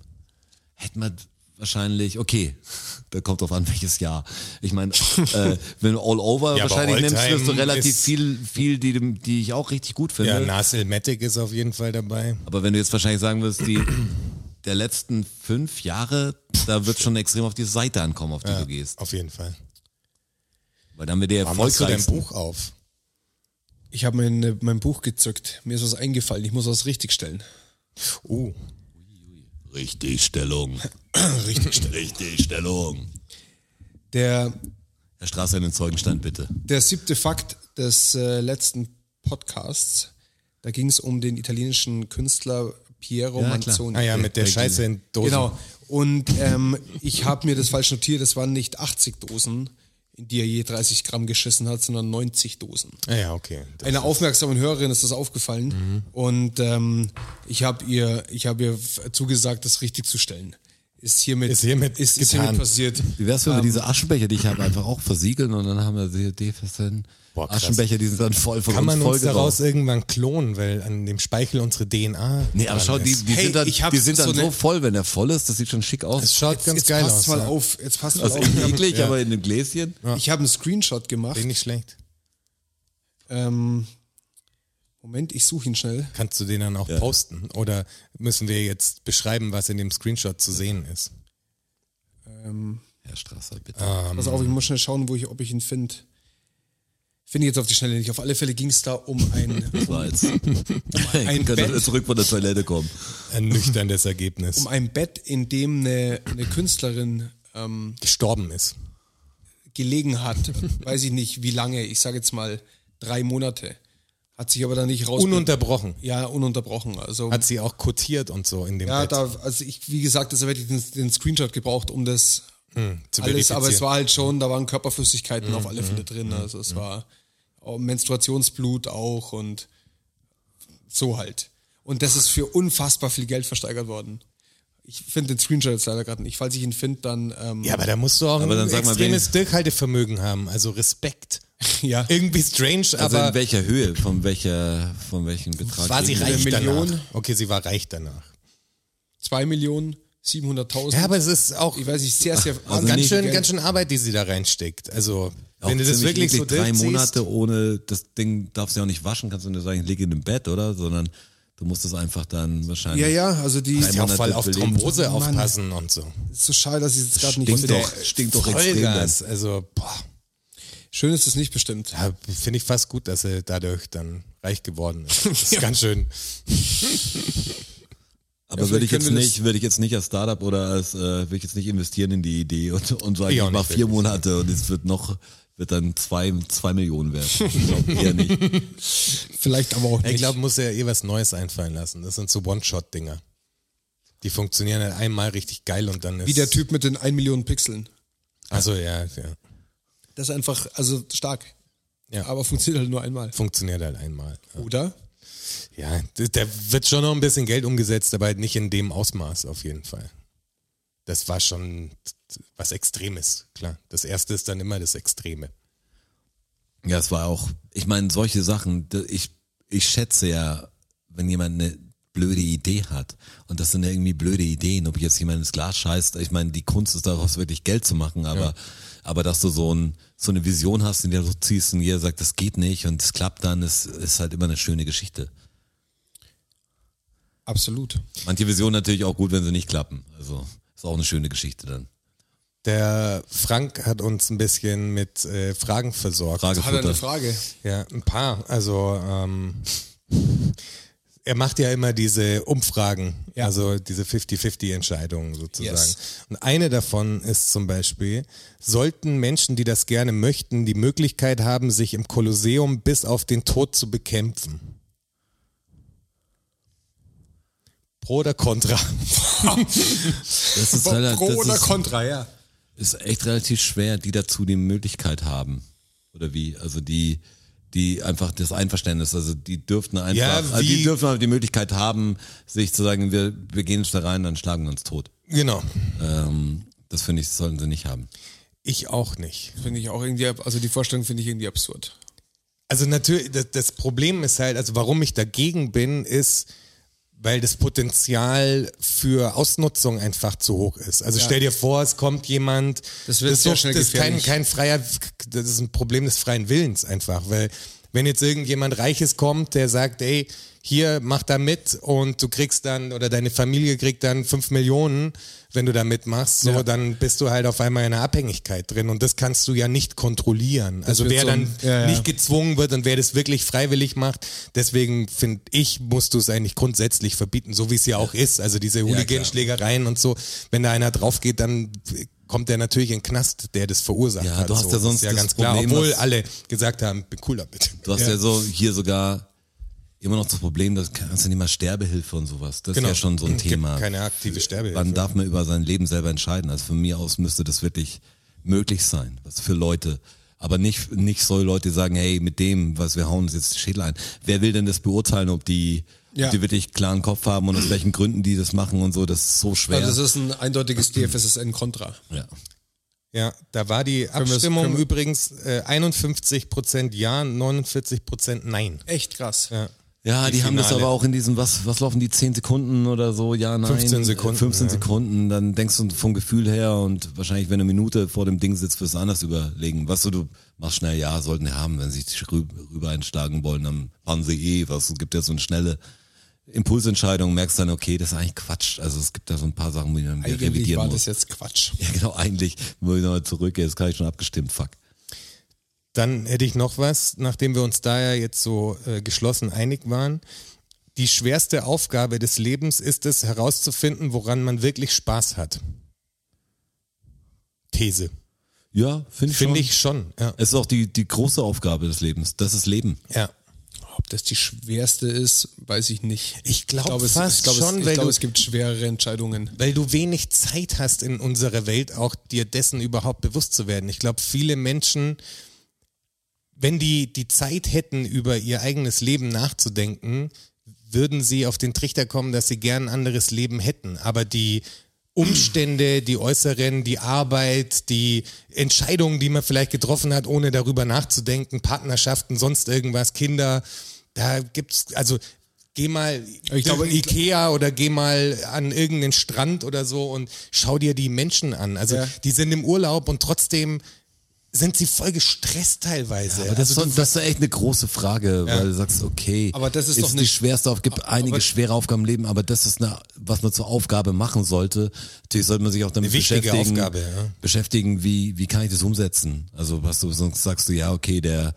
hätten wir wahrscheinlich, okay, da kommt drauf an, welches Jahr. Ich meine, äh, wenn du All Over Ja, aber wahrscheinlich nimmst, Alltime wirst du relativ ist- viel, viel die, dem- die ich auch richtig gut finde. Ja, Nasil Matic ist auf jeden Fall dabei. aber wenn du jetzt wahrscheinlich sagen wirst, die der letzten fünf Jahre, da wird schon extrem auf die Seite ankommen, auf die du gehst. Auf jeden Fall. Weil dann wird der Wann machst du dein erfolgreichsten Buch auf? Ich habe mein, mein Buch gezückt. Mir ist was eingefallen. Ich muss was richtigstellen. Oh, Richtigstellung. Richtigstellung. Richtigstellung. Der, Herr Straße, einen Zeugenstand bitte. der siebte Fakt des äh, letzten Podcasts, da ging es um den italienischen Künstler Piero Ja, klar. Manzoni. Äh, ah ja, mit der Richtig. Scheiße in Dosen. Genau. Und ähm, ich habe mir das falsch notiert. Es waren nicht 80 Dosen, in die er je 30 Gramm geschissen hat, sondern 90 Dosen. Ah ja, okay. Das- Einer aufmerksamen Hörerin ist das aufgefallen Mhm. und ähm, ich habe ihr, ich habe ihr f- zugesagt, das richtig zu stellen. Ist hiermit, Ist hiermit ist, ist getan. hiermit passiert. Wie wär's, wenn wir diese Aschenbecher, die ich habe, einfach auch versiegeln und dann haben wir die Idee für so einen Boah, krass. Aschenbecher, die sind dann voll von Kann uns man voll uns daraus irgendwann klonen, weil an dem Speichel unsere DNA. Nee, aber dran schau, die, ist. die Hey, sind dann, ich hab die sind dann so so eine- voll, wenn der voll ist, das sieht schon schick Es aus. schaut ganz Jetzt geil passt aus. mal ja. auf, jetzt passt mal Das auf. ist eklig, Ja. aber in einem Gläschen. Ich habe einen Screenshot gemacht. Bin nicht schlecht. Ähm, Moment, ich suche ihn schnell. Kannst du den dann auch posten? Oder müssen wir jetzt beschreiben, was in dem Screenshot zu sehen ist? Ähm, Herr Strasser, bitte. Ähm. Pass auf, ich muss schnell schauen, wo ich, ob ich ihn finde. Finde ich jetzt auf die Schnelle nicht. Auf alle Fälle ging es da um ein, Das war jetzt. Ein Ein Bett. Bett. zurück von der Toilette kommen. Ein nüchternes Ergebnis. um ein Bett, in dem eine, eine Künstlerin ähm, Gestorben ist. gelegen hat. Weiß ich nicht, wie lange. Ich sage jetzt mal drei Monate. Hat sich aber da nicht raus. Ununterbrochen. ja, ununterbrochen. Also Hat sie auch kotiert und so in dem ja, Bett da, also ich, wie gesagt, deshalb hätte ich den, den Screenshot gebraucht, um das zu alles, aber verifizieren. es Mhm, war halt schon, da waren Körperflüssigkeiten auf alle Fälle drin. Also es war auch Menstruationsblut auch und so halt. Und das ist für unfassbar viel Geld versteigert worden. Ich finde den Screenshot jetzt leider gerade nicht. Falls ich ihn finde, dann ähm, Ja, aber da musst du auch Aber ein dann sag mal, extremes Durchhaltevermögen haben, also Respekt. Ja. Irgendwie strange, Also in aber welcher Höhe, von welcher, von welchem Betrag? war sie reden wir? reich Million? danach. Okay, sie war reich danach. 2 Millionen 700.000. Ja, aber es ist auch ich weiß nicht, sehr, sehr also ganz, nicht- schön, ganz schön Arbeit, die sie da reinsteckt. Also, Auch wenn du das ziemlich wirklich so eklig, drei durchziehst- Monate ohne das Ding darfst du ja auch nicht waschen, kannst du nicht sagen, ich liege in dem Bett, oder? Sondern du musst es einfach dann wahrscheinlich. Ja, ja, also die Drei ja auch Monate voll auf belegen. Thrombose Mann. aufpassen und so. ist so schade, dass ich es jetzt gerade nicht Stinkt finde. doch, stinkt doch extrem. dann. Vollgas, also boah, Schön ist es nicht bestimmt. da finde ich fast gut, dass er dadurch dann reich geworden ist. Also Das ist ganz schön. Aber würde ich vielleicht jetzt können wir das- nicht, würde ich jetzt nicht als Startup oder als, äh, würde ich jetzt nicht investieren in die Idee und, und sagen, Ich ich auch mach nicht vier Monate und es wird noch, wird dann zwei, zwei Millionen wert. Ich glaube eher nicht. Vielleicht aber auch nicht. Ich glaube, muss ja eh was Neues einfallen lassen. Das sind so One-Shot-Dinger. Die funktionieren halt einmal richtig geil und dann ist. Wie der Typ mit den 1 Million Pixeln. Also ja, ja. Das ist einfach, also stark. Ja. Aber funktioniert halt nur einmal. Funktioniert halt einmal. Oder? Ja, d- da wird schon noch ein bisschen Geld umgesetzt, aber halt nicht in dem Ausmaß auf jeden Fall. Das war schon was Extremes, klar. Das erste ist dann immer das Extreme. Ja, es war auch, ich meine, solche Sachen, d- ich, ich schätze ja, wenn jemand eine blöde Idee hat. Und das sind ja irgendwie blöde Ideen, ob jetzt jemand ins Glas scheißt. Ich meine, die Kunst ist daraus wirklich Geld zu machen, aber, aber dass du so ein, so eine Vision hast, in der du ziehst und jeder sagt, das geht nicht und es klappt dann, ist, ist halt immer eine schöne Geschichte. Absolut. Manche Visionen natürlich auch gut, wenn sie nicht klappen. Also ist auch eine schöne Geschichte dann. Der Frank hat uns ein bisschen mit äh, Fragen versorgt. Frage Hat er eine Futter. Frage? Ja, ein paar. Also ähm, er macht ja immer diese Umfragen, Ja. also diese 50-50-Entscheidungen sozusagen. Yes. Und eine davon ist zum Beispiel, sollten Menschen, die das gerne möchten, die Möglichkeit haben, sich im Kolosseum bis auf den Tod zu bekämpfen? Pro oder Contra? Das ist, Pro, relativ, pro oder das Contra, ja. ist, ist echt relativ schwer, die dazu die Möglichkeit haben. Oder wie? Also die, die einfach das Einverständnis, also die dürften einfach, Ja, also wie- die dürfen aber die Möglichkeit haben, sich zu sagen, wir, wir gehen jetzt da rein, dann schlagen wir uns tot. genau. Ähm, das finde ich, sollten sie nicht haben. Ich auch nicht. Finde ich auch irgendwie, ab- also die Vorstellung finde ich irgendwie absurd. Also natürlich, das, das Problem ist halt, also warum ich dagegen bin, ist, weil das Potenzial für Ausnutzung einfach zu hoch ist. Also stell dir vor, es kommt jemand, Das wird ist sehr doch- schnell das ist kein, gefährlich. kein freier, das ist ein Problem des freien Willens einfach, weil wenn jetzt irgendjemand Reiches kommt, der sagt, ey, hier, mach da mit und du kriegst dann, oder deine Familie kriegt dann fünf Millionen, wenn du da mitmachst, so, Ja. dann bist du halt auf einmal in einer Abhängigkeit drin und das kannst du ja nicht kontrollieren. also wird wer so dann ein- ja, ja. nicht gezwungen wird und wer das wirklich freiwillig macht. Deswegen finde ich, musst du es eigentlich grundsätzlich verbieten, so wie es ja auch ist. Also diese Hooligan-Schlägereien und so. Wenn da einer drauf geht, dann kommt der natürlich in den Knast, der das verursacht Ja, hat. du hast so. ja sonst ist ja das ganz klar. Problem, Obwohl dass- alle gesagt haben, bin cool damit. Du hast ja, so hier sogar immer noch das Problem, das kannst du nicht mal Sterbehilfe und sowas. Das ist ja schon so ein Gibt Thema. Genau. Keine aktive Sterbehilfe. Wann darf man über sein Leben selber entscheiden? Also von mir aus müsste das wirklich möglich sein, was für Leute. Aber nicht, nicht so Leute die sagen, hey, mit dem, was wir hauen uns jetzt die Schädel ein. Wer will denn das beurteilen, ob die, Ja. ob die wirklich klaren Kopf haben und aus welchen Gründen die das machen und so, das ist so schwer. Also das ist ein eindeutiges DFSSN Contra. ja. Ja, da war die wir's- Abstimmung können wir- übrigens äh, 51% Ja, 49% Nein. Echt krass. Ja. ja, die, Die haben das Finale. aber auch in diesem, was, was laufen die, 10 Sekunden oder so, ja, nein. 15 Sekunden, 15 ja. Sekunden, dann denkst du vom Gefühl her und wahrscheinlich, wenn du eine Minute vor dem Ding sitzt, wirst du anders überlegen. Weißt du, du machst schnell, ja, sollten wir haben, wenn sie sich rü- rüber einschlagen wollen, dann fahren sie eh, was, es gibt ja so eine schnelle Impulsentscheidung, merkst dann, okay, das ist eigentlich Quatsch. Also es gibt da so ein paar Sachen, die man wieder Eigentlich revidieren war muss. das jetzt Quatsch. Ja, genau, eigentlich, wo ich nochmal zurückgehe, jetzt kann ich schon abgestimmt, fuck. Dann hätte ich noch was, nachdem wir uns da ja jetzt so äh, geschlossen einig waren. Die schwerste Aufgabe des Lebens ist es, herauszufinden, woran man wirklich Spaß hat. These. Ja, finde ich schon. Finde ich schon. Ja. Es ist auch die, die große Aufgabe des Lebens. Das ist Leben. ja. Ob das die schwerste ist, weiß ich nicht. Ich glaub es- fast ich glaube, schon, es, weil ich glaube, du- es gibt schwerere Entscheidungen. Weil du wenig Zeit hast in unserer Welt, auch dir dessen überhaupt bewusst zu werden. Ich glaube, viele Menschen, wenn die die Zeit hätten, über ihr eigenes Leben nachzudenken, würden sie auf den Trichter kommen, dass sie gern ein anderes Leben hätten. Aber die Umstände, die äußeren, die Arbeit, die Entscheidungen, die man vielleicht getroffen hat, ohne darüber nachzudenken, Partnerschaften, sonst irgendwas, Kinder, da gibt's also geh mal Ich glaube, durch Ikea oder geh mal an irgendeinen Strand oder so und schau dir die Menschen an. Also Ja. die sind im Urlaub und trotzdem sind sie voll gestresst teilweise. Aber das, also, ist, doch- das ist doch echt eine große Frage, weil du sagst, okay, Aber das ist doch die nicht- schwerste Aufgabe, gibt einige aber- schwere Aufgaben im Leben, aber das ist eine, was man zur Aufgabe machen sollte. Natürlich sollte man sich auch damit Eine wichtige beschäftigen, Aufgabe, ja. beschäftigen, wie, wie kann ich das umsetzen? Also was du, sonst sagst du, ja, okay, der,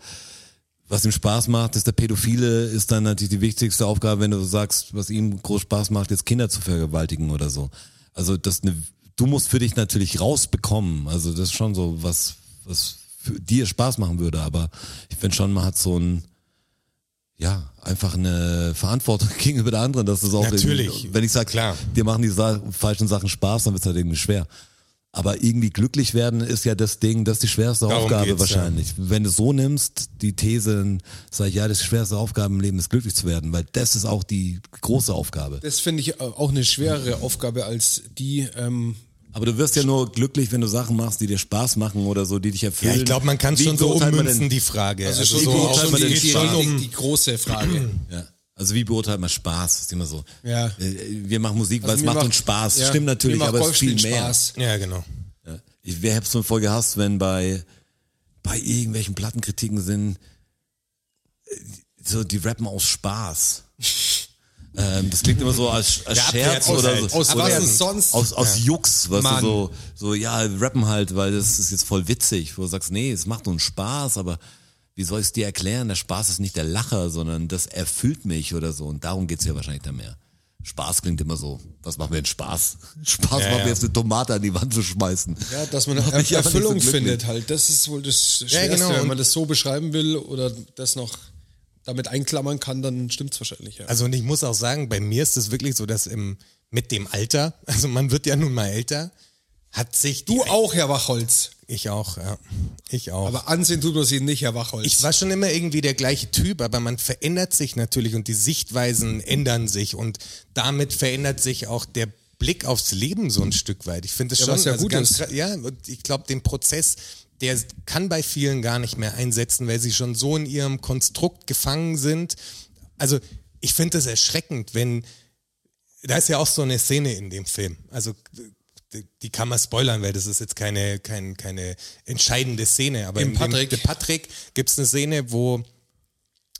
was ihm Spaß macht, ist der Pädophile, ist dann natürlich die wichtigste Aufgabe, wenn du sagst, was ihm groß Spaß macht, jetzt Kinder zu vergewaltigen oder so. Also das ist eine, du musst für dich natürlich rausbekommen. Also das ist schon so was, was für dir Spaß machen würde. Aber ich finde schon, man hat so ein, ja, einfach eine Verantwortung gegenüber der anderen, dass es auch Natürlich. irgendwie- wenn ich sage, Klar. dir machen die Sa falschen Sachen Spaß, dann wird es halt irgendwie schwer. Aber irgendwie glücklich werden ist ja das Ding, das ist die schwerste Darum Aufgabe geht's, wahrscheinlich. Wenn du es so nimmst, die These, sag ich, ja, das die schwerste Aufgabe im Leben ist glücklich zu werden, weil das ist auch die große Aufgabe. Das finde ich äh, auch eine schwerere Aufgabe als die, ähm, Aber du wirst ja nur glücklich, wenn du Sachen machst, die dir Spaß machen oder so, die dich erfüllen. Ja, ich glaube, man kann es Wie schon so beurteilt man denn- ummünzen, die Frage. Also, schon so die- auch beurteilt schon man die, den geht Spaß? schon um die große Frage. Ja. Also wie beurteilt man Spaß? Das ist immer so. Ja. Also Äh, Wir machen Musik, weil es mir macht, uns Spaß. ja, Stimmt natürlich, mir macht aber es ist viel Golfspielen mehr. Spaß. Ja, genau. Ja. Ich wer hab's schon voll gehasst, wenn bei bei irgendwelchen Plattenkritiken sind äh, so die rappen aus Spaß. ähm, das klingt immer so als, als Ja, Scherz abwertend oder halt. so. Aus oder was ist sonst? Aus, aus Jux, was Mann. so so ja, rappen halt, weil das ist jetzt voll witzig, wo du sagst, nee, es macht uns Spaß, aber wie soll ich es dir erklären? Der Spaß ist nicht der Lacher, sondern das erfüllt mich oder so. Und darum geht's ja wahrscheinlich dann mehr. Spaß klingt immer so. Was macht mir denn Spaß? Spaß Ja, macht mir ja. jetzt eine Tomate an die Wand zu schmeißen. Ja, dass man eine Macht mich aber nicht so Erfüllung glücklich. findet halt. Das ist wohl das Schwerste. genau. Wenn man das so beschreiben will oder das noch damit einklammern kann, dann stimmt's wahrscheinlich. Ja. Also und ich muss auch sagen, bei mir ist es wirklich so, dass im, mit dem Alter, also man wird ja nun mal älter, hat sich die du auch, Herr Wachholz. Ich auch, ja. Ich auch. Aber ansehen tut man sie nicht, Herr Wachholz. ich war schon immer irgendwie der gleiche Typ, aber man verändert sich natürlich und die Sichtweisen ändern sich und damit verändert sich auch der Blick aufs Leben so ein Stück weit. Ich finde es Ja, schon was ja also gut ganz ist. krass- ja, und ich glaube, den Prozess, der kann bei vielen gar nicht mehr einsetzen, weil sie schon so in ihrem Konstrukt gefangen sind. Also, ich finde es erschreckend, wenn da ist ja auch so eine Szene in dem Film. Also die- die kann man spoilern, weil das ist jetzt keine, kein, keine entscheidende Szene. Aber Im in dem- Patrick. dem Patrick gibt es eine Szene, wo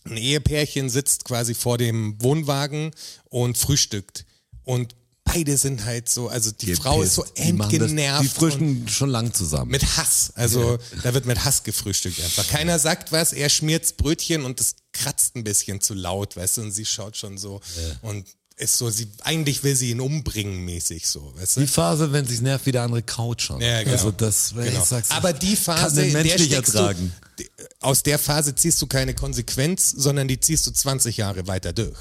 ein Ehepärchen sitzt quasi vor dem Wohnwagen und frühstückt. Und beide sind halt so, also die Frau ist so Die machen das- endgenervt. Die und- frühstücken schon lang zusammen. mit Hass. Also da wird mit Hass gefrühstückt einfach. Keiner sagt was, er schmiert's Brötchen und das kratzt ein bisschen zu laut, weißt du, und sie schaut schon so und ist so, sie, eigentlich will sie ihn umbringen mäßig so, weißt du? die Phase, wenn sich nervt, wie der andere kaut schon. Ja, genau. Also das, wenn Genau. ich sag's, Aber die kann Phase, den in Mensch der nicht steckst ertragen. Du, aus der Phase ziehst du keine Konsequenz, sondern die ziehst du 20 Jahre weiter durch.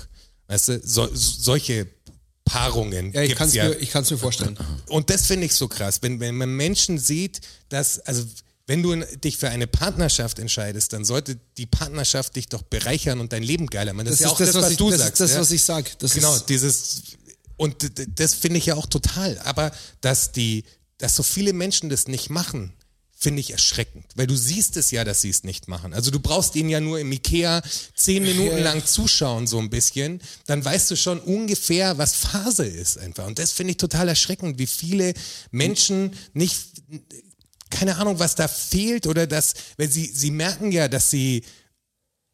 Weißt du, so, solche Paarungen ja, ich gibt's kann's ja mir, ich kann's mir vorstellen. und das finde ich so krass, wenn, wenn man Menschen sieht, dass, also wenn du in- dich für eine Partnerschaft entscheidest, dann sollte die Partnerschaft dich doch bereichern und dein Leben geiler machen. Das, ist ja auch das, was, ich, du das sagst. Ist das, ja? was ich sag. Das genau, ist, dieses, und d- d- das finde ich ja auch total. Aber dass die, dass so viele Menschen das nicht machen, finde ich erschreckend. Weil du siehst es ja, dass sie es nicht machen. Also du brauchst ihnen ja nur im Ikea zehn Minuten lang zuschauen, so ein bisschen. Dann weißt du schon ungefähr, was Phase ist einfach. Und das finde ich total erschreckend, wie viele Menschen nicht, keine Ahnung, was da fehlt oder dass, weil sie, sie merken ja, dass sie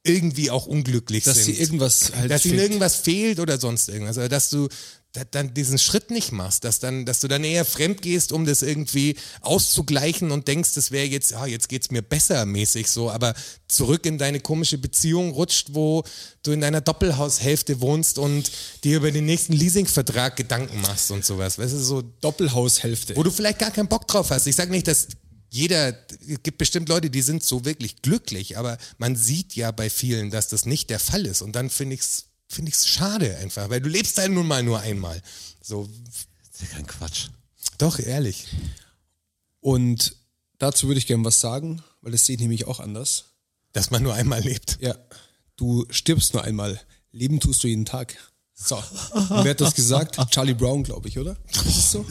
irgendwie auch unglücklich dass sind sie irgendwas halt dass ihnen fehlt. irgendwas fehlt oder sonst irgendwas. Also, dass du da- dann diesen Schritt nicht machst, dass dann, dass du dann eher fremd gehst, um das irgendwie auszugleichen und denkst, das wäre jetzt, ah, jetzt geht's mir besser mäßig so, aber zurück in deine komische Beziehung rutscht, wo du in deiner Doppelhaushälfte wohnst und dir über den nächsten Leasingvertrag Gedanken machst und sowas. Weißt du, so Doppelhaushälfte. wo du vielleicht gar keinen Bock drauf hast. Ich sage nicht, dass jeder, es gibt bestimmt Leute, die sind so wirklich glücklich, aber man sieht ja bei vielen, dass das nicht der Fall ist. Und dann finde ich es finde ich's schade einfach, weil du lebst halt nun mal nur einmal. So, Das ist ja kein Quatsch. doch, ehrlich. Und dazu würde ich gerne was sagen, weil das sehe ich nämlich auch anders. Dass man nur einmal lebt. Ja, du stirbst nur einmal. Leben tust du jeden Tag. So, wer hat das gesagt? Charlie Brown, glaube ich, oder? Ist das so?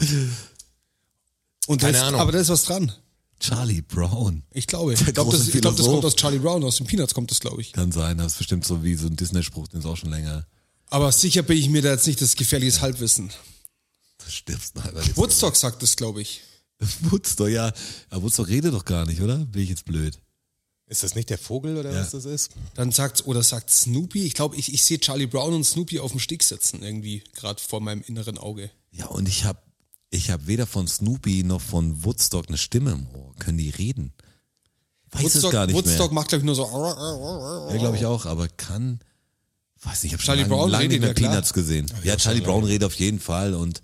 Und Keine das, Ahnung. Aber da ist was dran. Charlie Brown. Ich glaube. Ich glaube, große das, ich glaub, das Philosoph. kommt aus Charlie Brown, aus den Peanuts kommt das, glaube ich. Kann sein, das ist bestimmt so wie so ein Disney-Spruch, den ist auch schon länger. Aber sicher bin ich mir da jetzt nicht das gefährliches Halbwissen. Du stirbst einfach jetzt. Woodstock sagt das, glaube ich. Woodstock, ja. Aber Woodstock redet doch gar nicht, oder? Bin ich jetzt blöd. Ist das nicht der Vogel oder Ja. was das ist? Dann sagt oder sagt Snoopy. Ich glaube, ich, ich sehe Charlie Brown und Snoopy auf dem Steg sitzen, irgendwie, gerade vor meinem inneren Auge. Ja, und ich habe ich hab weder von Snoopy noch von Woodstock eine Stimme im Ohr. Können die reden? Weiß Woodstock, es gar nicht Woodstock mehr. macht, glaube ich, nur so. Ja, glaube ich auch, aber kann. Weiß nicht, ich habe schon Charlie lange, Brown lange redet nicht mehr ja klar. Peanuts gesehen. Ja, Charlie Brown redet auf jeden Fall und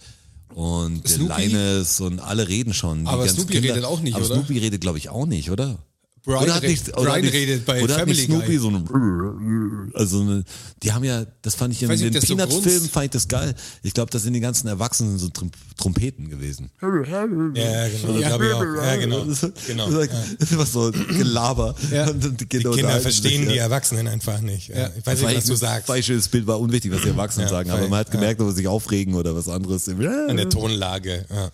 und Snoopy? Linus und alle reden schon. die Aber ganzen Snoopy redet auch nicht, aber oder? Snoopy redet, glaube ich, auch nicht, oder? Brian oder redet- Brian hat nicht- redet bei oder hat nicht Family Guy. Snoopy so ein also eine, die haben ja, das fand ich in Weiß nicht, den der ist so Peanuts-Filmen grunzt. fand ich das geil. Ich glaube, das sind die ganzen Erwachsenen so Trum Trompeten gewesen. Ja, genau. Ja, ich auch. ja genau. Das ist- genau. Das ist einfach so Gelaber. Ja. Und dann Die Kinder unterhalten verstehen sich, die Erwachsenen einfach nicht. Ja. Ich weiß nicht, was du sagst. Beispielsbild Bild war unwichtig, was die Erwachsenen Ja, sagen, voll. aber man hat gemerkt, ob sie sich aufregen oder was anderes. An der Tonlage. Ja.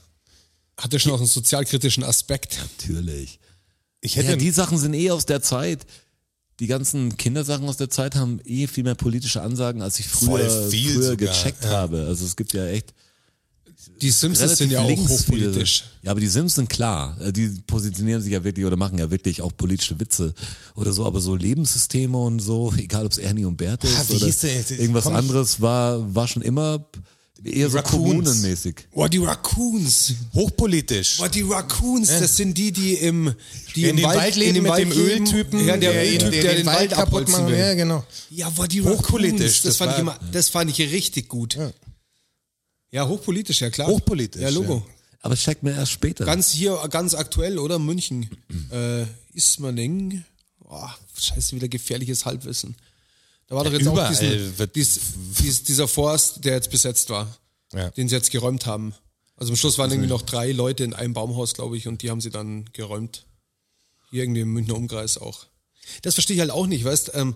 Hat er schon auch einen sozialkritischen Aspekt. Natürlich. Ich hätte Ja, die Sachen sind eh aus der Zeit. Die ganzen Kindersachen aus der Zeit haben eh viel mehr politische Ansagen, als ich früher, Voll viel früher sogar, gecheckt ja. habe. Also es gibt ja echt Die Simpsons sind ja auch links hochpolitisch. viele- Ja, aber die Sims sind klar. Äh, Die positionieren sich ja wirklich oder machen ja wirklich auch politische Witze oder so, aber so Lebenssysteme und so, egal ob es Ernie und Bert ist Ah, wie oder hieß der jetzt? irgendwas Komm ich- anderes war, war schon immer eher so Raccoons. kommunenmäßig. Boah, die Raccoons. hochpolitisch. Boah, die Raccoons, das sind die, die im, die in im den Wald, leben mit dem leben. Öltypen, Ja, der, Öltyp, der, den, Wald macht. kaputt machen will. Ja, genau. Ja, boah, die Hochpolitisch, Hochpolitisch. das Das, fand ich war- immer, das fand ich richtig gut. Ja, hochpolitisch, ja klar. Hochpolitisch, Ja, Logo. Aber das checkt mir erst später. Ganz hier, ganz aktuell, oder? München. äh, Ismaning. Oh, scheiße, wieder gefährliches Halbwissen. Da war doch jetzt auch überall diesen, wird- dies, dies, dieser Forst, der jetzt besetzt war, Ja. den sie jetzt geräumt haben. Also am Schluss waren irgendwie noch drei Leute in einem Baumhaus, glaube ich, und die haben sie dann geräumt. Hier irgendwie im Münchner Umkreis auch. Das verstehe ich halt auch nicht, weißt ähm,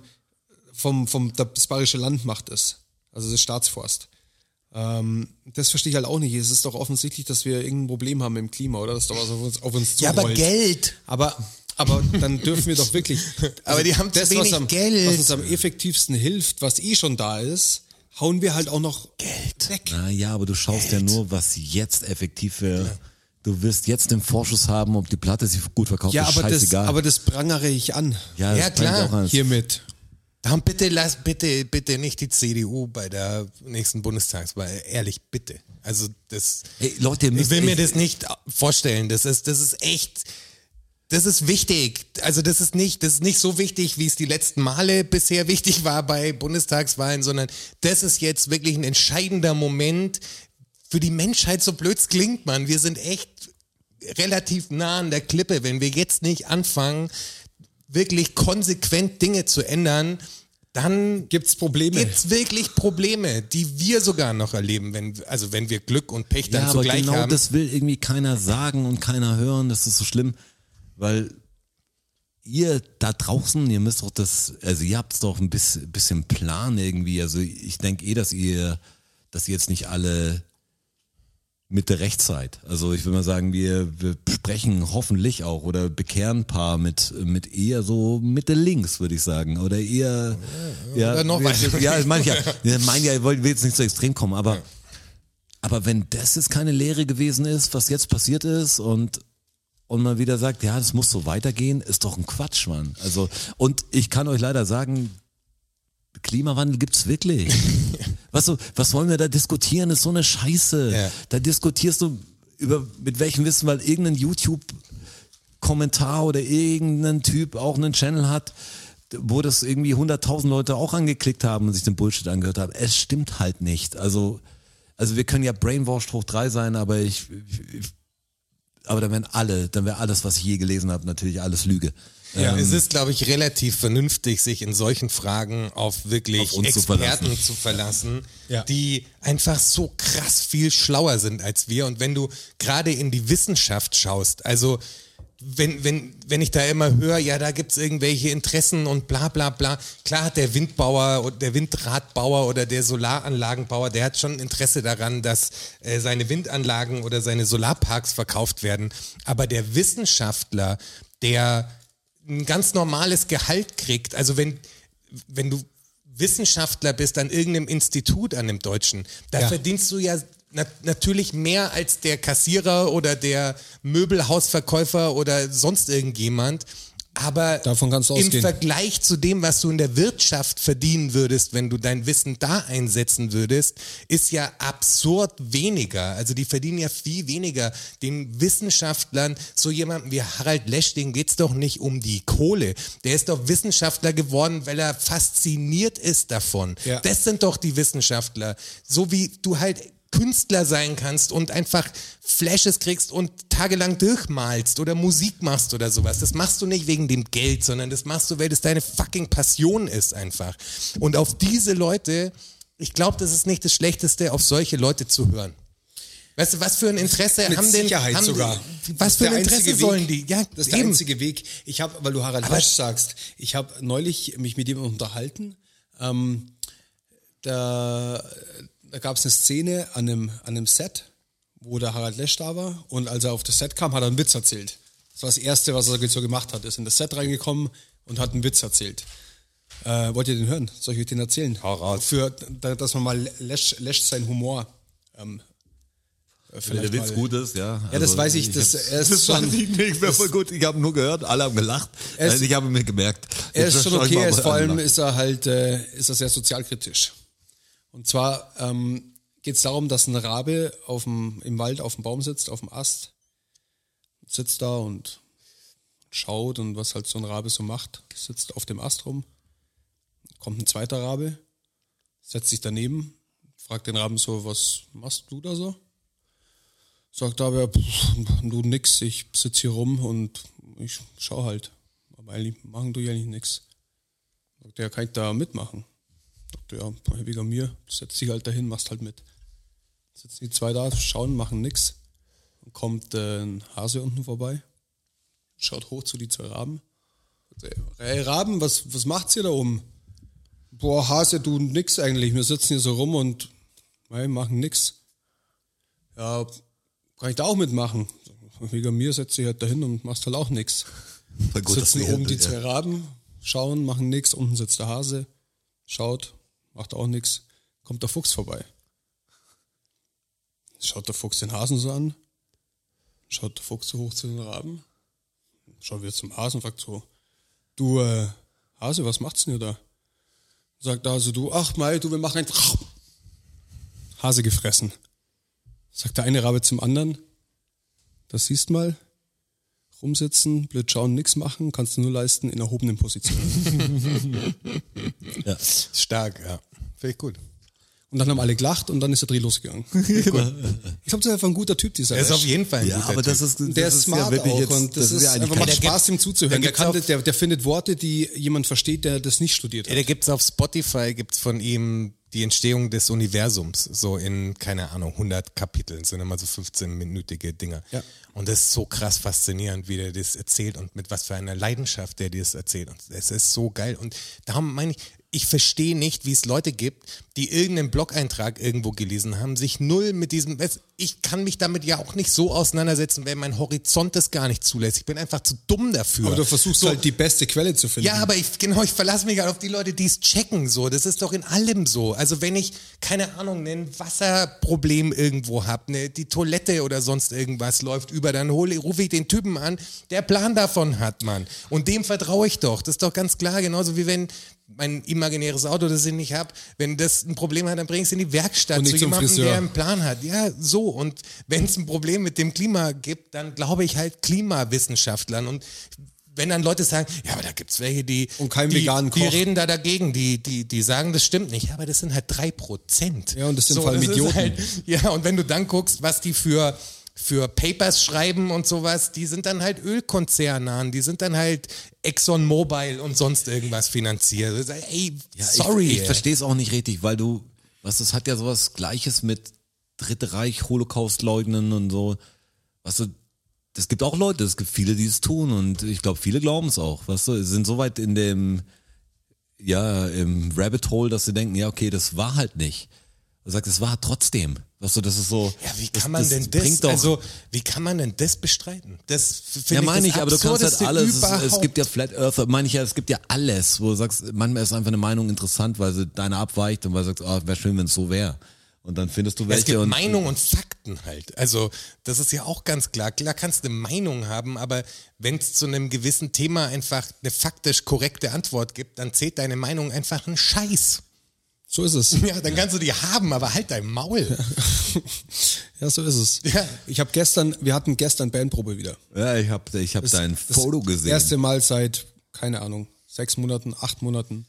vom, vom, das Bayerische Land macht es. Also das Staatsforst. Ähm, das verstehe ich halt auch nicht. Es ist doch offensichtlich, dass wir irgendein Problem haben im Klima, oder? Das ist doch was auf uns, auf uns zurollt. Geld. also Aber, aber dann dürfen wir doch wirklich. Aber die haben zu das, wenig was am, Geld. Was uns am effektivsten hilft, was eh schon da ist, hauen wir halt auch noch Geld weg. Na ja, aber du schaust ja nur, was jetzt effektiv wäre. Du wirst jetzt den Vorschuss haben, ob die Platte sich gut verkauft, Ja, ist aber das, scheißegal. aber das prangere ich an. ja, das Ja, kann ich klar. auch als- Hiermit. Dann bitte lass bitte bitte nicht die CDU bei der nächsten Bundestagswahl. Ehrlich, bitte. Also das Ey, Leute, ihr müsst ich will mir echt- das nicht vorstellen. Das ist das ist echt das ist wichtig. Also das ist nicht das ist nicht so wichtig, wie es die letzten Male bisher wichtig war bei Bundestagswahlen, sondern das ist jetzt wirklich ein entscheidender Moment für die Menschheit. So blöds klingt man. Wir sind echt relativ nah an der Klippe, wenn wir jetzt nicht anfangen, wirklich konsequent Dinge zu ändern, dann Gibt's Probleme? gibt's wirklich Probleme, die wir sogar noch erleben, wenn, also wenn wir Glück und Pech dann ja, aber zugleich genau haben. das will irgendwie keiner sagen und keiner hören. Das ist so schlimm, weil ihr da draußen, ihr müsst doch das, also ihr habt doch ein bisschen, bisschen Plan irgendwie. Also ich denke eh, dass ihr, dass ihr jetzt nicht alle Mitte rechts seid. Also ich würde mal sagen, wir, wir sprechen hoffentlich auch oder bekehren ein paar mit, mit eher so Mitte links, würde ich sagen. Oder eher ja, Oder noch wir- weiter. ja, ich meine ja, ich meine ja, ich wollte- will jetzt nicht so extrem kommen, aber aber wenn das jetzt keine Lehre gewesen ist, was jetzt passiert ist und und man wieder sagt, ja, das muss so weitergehen, ist doch ein Quatsch, Mann. Also und ich kann euch leider sagen, Klimawandel gibt's wirklich. was so, was wollen wir da diskutieren? Das ist so eine Scheiße. Ja. Da diskutierst du über mit welchem Wissen, weil irgendein YouTube Kommentar oder irgendein Typ auch einen Channel hat, wo das irgendwie 100.000 Leute auch angeklickt haben und sich den Bullshit angehört haben. Es stimmt halt nicht. Also, also wir können ja brainwashed hoch drei sein, aber ich, ich ich- aber dann wären alle, dann wäre alles, was ich je gelesen habe, natürlich alles Lüge. Ähm, Ja, es ist, glaube ich, relativ vernünftig, sich in solchen Fragen auf wirklich Auf uns zu Experten verlassen. zu verlassen, Ja. die einfach so krass viel schlauer sind als wir. Und wenn du gerade in die Wissenschaft schaust, also wenn, wenn, wenn ich da immer höre, ja, da gibt's irgendwelche Interessen und bla bla bla. Klar hat der Windbauer und der Windradbauer oder der Solaranlagenbauer, der hat schon Interesse daran, dass äh, seine Windanlagen oder seine Solarparks verkauft werden. Aber der Wissenschaftler, der ein ganz normales Gehalt kriegt, also wenn, wenn du Wissenschaftler bist an irgendeinem Institut, an dem Deutschen, da Ja. verdienst du ja na natürlich mehr als der Kassierer oder der Möbelhausverkäufer oder sonst irgendjemand, Aber Davon kannst du im ausgehen. Vergleich zu dem, was du in der Wirtschaft verdienen würdest, wenn du dein Wissen da einsetzen würdest, ist ja absurd weniger. Also die verdienen ja viel weniger. Den Wissenschaftlern, so jemandem wie Harald Lesch, dem geht's doch nicht um die Kohle. Der ist doch Wissenschaftler geworden, weil er fasziniert ist davon. Ja. Das sind doch die Wissenschaftler. So wie du halt Künstler sein kannst und einfach Flashes kriegst und tagelang durchmalst oder Musik machst oder sowas. Das machst du nicht wegen dem Geld, sondern das machst du, weil das deine fucking Passion ist einfach. Und auf diese Leute, ich glaube, das ist nicht das Schlechteste, auf solche Leute zu hören. Weißt du, was für ein Interesse Mit haben denn Sicherheit haben sogar. Die, Das was ist für der ein Interesse einzige sollen die? Weg. Ja, das ist der eben. einzige Weg. Ich habe, weil du Harald Aber- Lesch sagst, ich habe neulich mich mit jemandem unterhalten. Ähm, da da gab es eine Szene an einem, an einem Set, wo der Harald Lesch da war. Und als er auf das Set kam, hat er einen Witz erzählt. Das war das Erste, was er so gemacht hat. Ist in das Set reingekommen und hat einen Witz erzählt. Äh, wollt ihr den hören? Soll ich euch den erzählen? Harald. Für, da- dass man mal Lesch, Lesch seinen Humor ähm, äh, Wenn der vielleicht Witz mal- gut ist, ja. Also ja, das weiß ich, das, hab's- er ist das schon, weiß ich nicht mehr voll gut. Ich habe nur gehört, alle haben gelacht. Er ist- Nein, ich habe mir gemerkt. er Jetzt ist schon schau ich okay, mal, er ist ob vor alle allem lachen. ist er halt, äh, ist er sehr sozialkritisch. Und zwar ähm, geht es darum, dass ein Rabe auf'm, im Wald auf dem Baum sitzt, auf dem Ast, sitzt da und schaut und was halt so ein Rabe so macht, sitzt auf dem Ast rum, kommt ein zweiter Rabe, setzt sich daneben, fragt den Raben so, was machst du da so? Sagt aber, ja, pff, du nix, ich sitz hier rum und ich schau halt. Aber eigentlich machen du ja eigentlich nix. Sagt er, kann ich da mitmachen? Sagt er, ja, wegen mir, setz dich halt dahin, machst halt mit. Sitzen die zwei da, schauen, machen nix. Dann kommt äh, ein Hase unten vorbei, schaut hoch zu die zwei Raben. Sagt er, Hey Raben, was, was macht's ihr da oben? Boah, Hase, du nix eigentlich. Wir sitzen hier so rum und hey, machen nix. Ja, kann ich da auch mitmachen? Wegen mir setzt dich halt dahin und machst halt auch nix. Voll gut, dass sitzen du oben die ja. zwei Raben, schauen, machen nix. Unten sitzt der Hase, schaut, macht auch nix. Kommt der Fuchs vorbei. Schaut der Fuchs den Hasen so an. Schaut der Fuchs so hoch zu den Raben. Schaut wieder zum Hasen und fragt so, du äh, Hase, was macht's denn ihr da? Sagt der Hase, du, ach mei, du, wir machen ein... Hase gefressen. Sagt der eine Rabe zum anderen, das siehst mal, rumsitzen, blöd schauen, nix machen, kannst du nur leisten in erhobenen Positionen. Stark, ja. Finde ich gut. Und dann haben alle gelacht und dann ist der Dreh losgegangen. Gut. Ich glaube, das ist einfach ein guter Typ, dieser Er ist auf Lash. jeden Fall ein Ja, guter aber das Typ. ist, das der ist ist smart ja wirklich auch jetzt, und das, ist, ja eigentlich einfach kein macht gibt- Spaß, ihm da zuzuhören. Der, gibt's kann, auch- der, der findet Worte, die jemand versteht, der das nicht studiert Ja, hat. da gibt's auf Spotify gibt's von ihm die Entstehung des Universums, so in, keine Ahnung, 100 Kapiteln, sind immer so 15-minütige Dinger. Ja. Und das ist so krass faszinierend, wie der das erzählt und mit was für einer Leidenschaft der das erzählt. Und es ist so geil. Und darum meine ich, ich verstehe nicht, wie es Leute gibt, die irgendeinen Blog-Eintrag irgendwo gelesen haben, sich null mit diesem, es- ich kann mich damit ja auch nicht so auseinandersetzen, weil mein Horizont das gar nicht zulässt. Ich bin einfach zu dumm dafür. Aber du versuchst halt die beste Quelle zu finden. Ja, aber ich, genau, ich verlasse mich halt auf die Leute, die es checken, so. Das ist doch in allem so. Also wenn ich, keine Ahnung, ein Wasserproblem irgendwo hab, ne, die Toilette oder sonst irgendwas läuft über, dann hole, rufe ich den Typen an, der Plan davon hat, Mann. Und dem vertraue ich doch. Das ist doch ganz klar, genauso wie wenn mein imaginäres Auto, das ich nicht hab, wenn das ein Problem hat, dann bring ich es in die Werkstatt Und zu nicht zum jemandem, Friseur. der einen Plan hat. Ja, so. Und wenn es ein Problem mit dem Klima gibt, dann glaube ich halt Klimawissenschaftlern und wenn dann Leute sagen, ja, aber da gibt's welche, die Und keinen die, veganen Die Koch. reden da dagegen, die, die, die sagen, das stimmt nicht. Ja, aber das sind halt drei Prozent. Ja, und das sind vor allem ist halt, Idioten. ja, und wenn du dann guckst, was die für für Papers schreiben und sowas, die sind dann halt Ölkonzernen, die sind dann halt ExxonMobil und sonst irgendwas finanziert. Das ist- halt, Ey, Ja, ich- sorry. Ich, ey. verstehe es auch nicht richtig, weil du, was das hat ja sowas Gleiches mit Dritte Reich, Holocaust leugnen und so. Weißt du, es gibt auch Leute, es gibt viele, die es tun und ich glaube, viele glauben es auch. Weißt du, sind so weit in dem, ja, im Rabbit Hole, dass sie denken, ja, okay, das war halt nicht. Du sagst, es war trotzdem. Weißt du, das ist so. Ja, wie kann man denn das? bringt doch, also, wie kann man denn das bestreiten? Das finde ja, ich meine das ich, aber du kannst halt Absurdeste alles. Es, es überhaupt. gibt ja Flat Earther, meine ich ja, es gibt ja alles, wo du sagst, manchmal ist einfach eine Meinung interessant, weil sie deine abweicht und weil du sagst, ah, wäre schön, wenn es so wäre. Und dann findest du welche. Es gibt und, Meinung und Fakten halt. Also, das ist ja auch ganz klar. Klar kannst du eine Meinung haben, aber wenn es zu einem gewissen Thema einfach eine faktisch korrekte Antwort gibt, dann zählt deine Meinung einfach einen Scheiß. So ist es. Ja, dann kannst du die haben, aber halt dein Maul. Ja, so ist es. Ja. Ich habe gestern, wir hatten gestern Bandprobe wieder. Ja, ich habe ich hab dein Das Foto gesehen. Erste Mal seit, keine Ahnung, sechs Monaten, acht Monaten.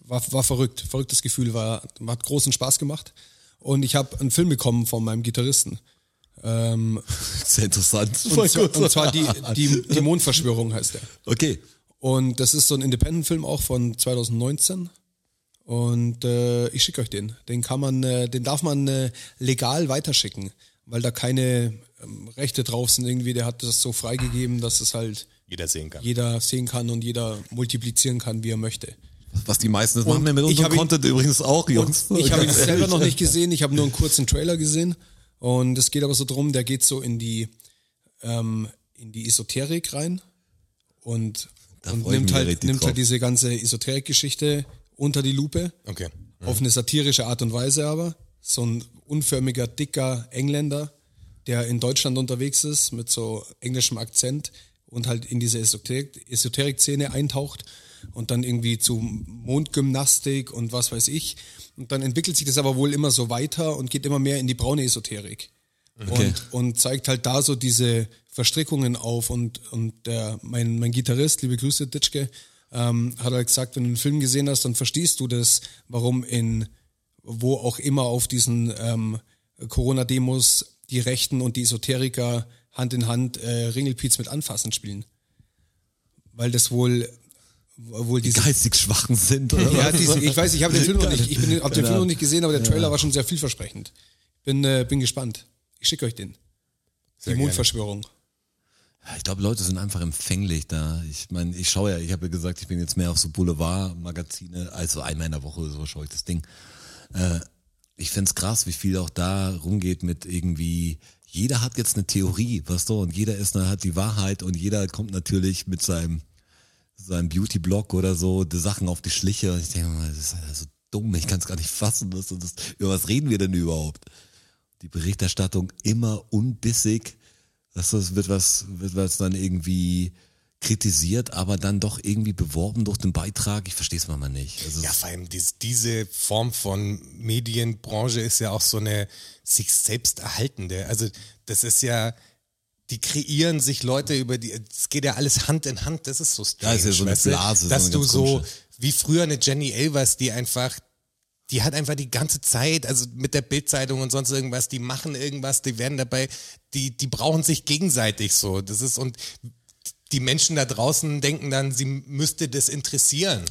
War, war verrückt. Verrücktes Gefühl, war, hat großen Spaß gemacht. Und ich habe einen Film bekommen von meinem Gitarristen. Ähm, Das ist ja interessant. Und, zwar, und zwar die, die, die Mondverschwörung heißt er. okay. Und das ist so ein Independent-Film auch von 2019. Und äh, ich schicke euch den. Den kann man, äh, den darf man äh, legal weiterschicken, weil da keine ähm, Rechte drauf sind irgendwie. Der hat das so freigegeben, dass es halt Jeder sehen kann. jeder sehen kann und jeder multiplizieren kann, wie er möchte. Was die meisten das machen wir mit ich unserem hab ihn- Content übrigens auch, Jungs. Ich habe ihn Ganz selber ehrlich. noch nicht gesehen, ich habe nur einen kurzen Trailer gesehen. Und es geht aber so drum, der geht so in die, ähm, in die Esoterik rein und, Da und freu ich nimmt, mich halt, richtig nimmt drauf. halt diese ganze Esoterik-Geschichte unter die Lupe. Okay. Mhm. Auf eine satirische Art und Weise aber. So ein unförmiger, dicker Engländer, der in Deutschland unterwegs ist mit so englischem Akzent und halt in diese Esoterik- Esoterik-Szene eintaucht und dann irgendwie zu Mondgymnastik und was weiß ich. Und dann entwickelt sich das aber wohl immer so weiter und geht immer mehr in die braune Esoterik. Okay. Und, und zeigt halt da so diese Verstrickungen auf. Und, und der, mein, mein Gitarrist, liebe Grüße, Ditschke, ähm, hat halt gesagt, wenn du den Film gesehen hast, dann verstehst du das, warum in wo auch immer auf diesen ähm, Corona-Demos die Rechten und die Esoteriker Hand in Hand äh, Ringelpiez mit Anfassen spielen. Weil das wohl, wohl diese geistig schwachen sind. Oder? ja, was? diese, ich weiß, ich habe den Film noch nicht, ich bin, hab den Keine Film noch Ahnung. nicht gesehen, aber der Trailer war schon sehr vielversprechend. Bin, äh, bin gespannt. Ich schicke euch den. Die gerne. Mondverschwörung. Ich glaube, Leute sind einfach empfänglich da. Ich meine, ich schaue ja, ich habe ja gesagt, ich bin jetzt mehr auf so Boulevard-Magazine, also einmal in der Woche oder so schaue ich das Ding. Äh, ich find's krass, wie viel auch da rumgeht mit irgendwie, jeder hat jetzt eine Theorie, weißt du, und jeder ist, hat die Wahrheit und jeder kommt natürlich mit seinem, seinem Beauty-Blog oder so die Sachen auf die Schliche. Und ich denke, das ist halt so dumm, ich kann es gar nicht fassen. Das, das, über was reden wir denn überhaupt? Die Berichterstattung immer unbissig. Das, das wird was, wird was dann irgendwie kritisiert, aber dann doch irgendwie beworben durch den Beitrag. Ich verstehe es manchmal nicht. Also, Ja, vor allem dies, diese Form von Medienbranche ist ja auch so eine sich selbst erhaltende. Also das ist ja, die kreieren sich Leute über die, es geht ja alles Hand in Hand, das ist so strange. Ja, ist ja so eine weißt du? Blase, so Dass eine du ganz so, komische. wie früher eine Jenny Elvers, die einfach die hat einfach die ganze Zeit, also mit der Bildzeitung und sonst irgendwas, die machen irgendwas, die werden dabei, die, die brauchen sich gegenseitig so. Das ist, und die Menschen da draußen denken dann, sie müsste das interessieren.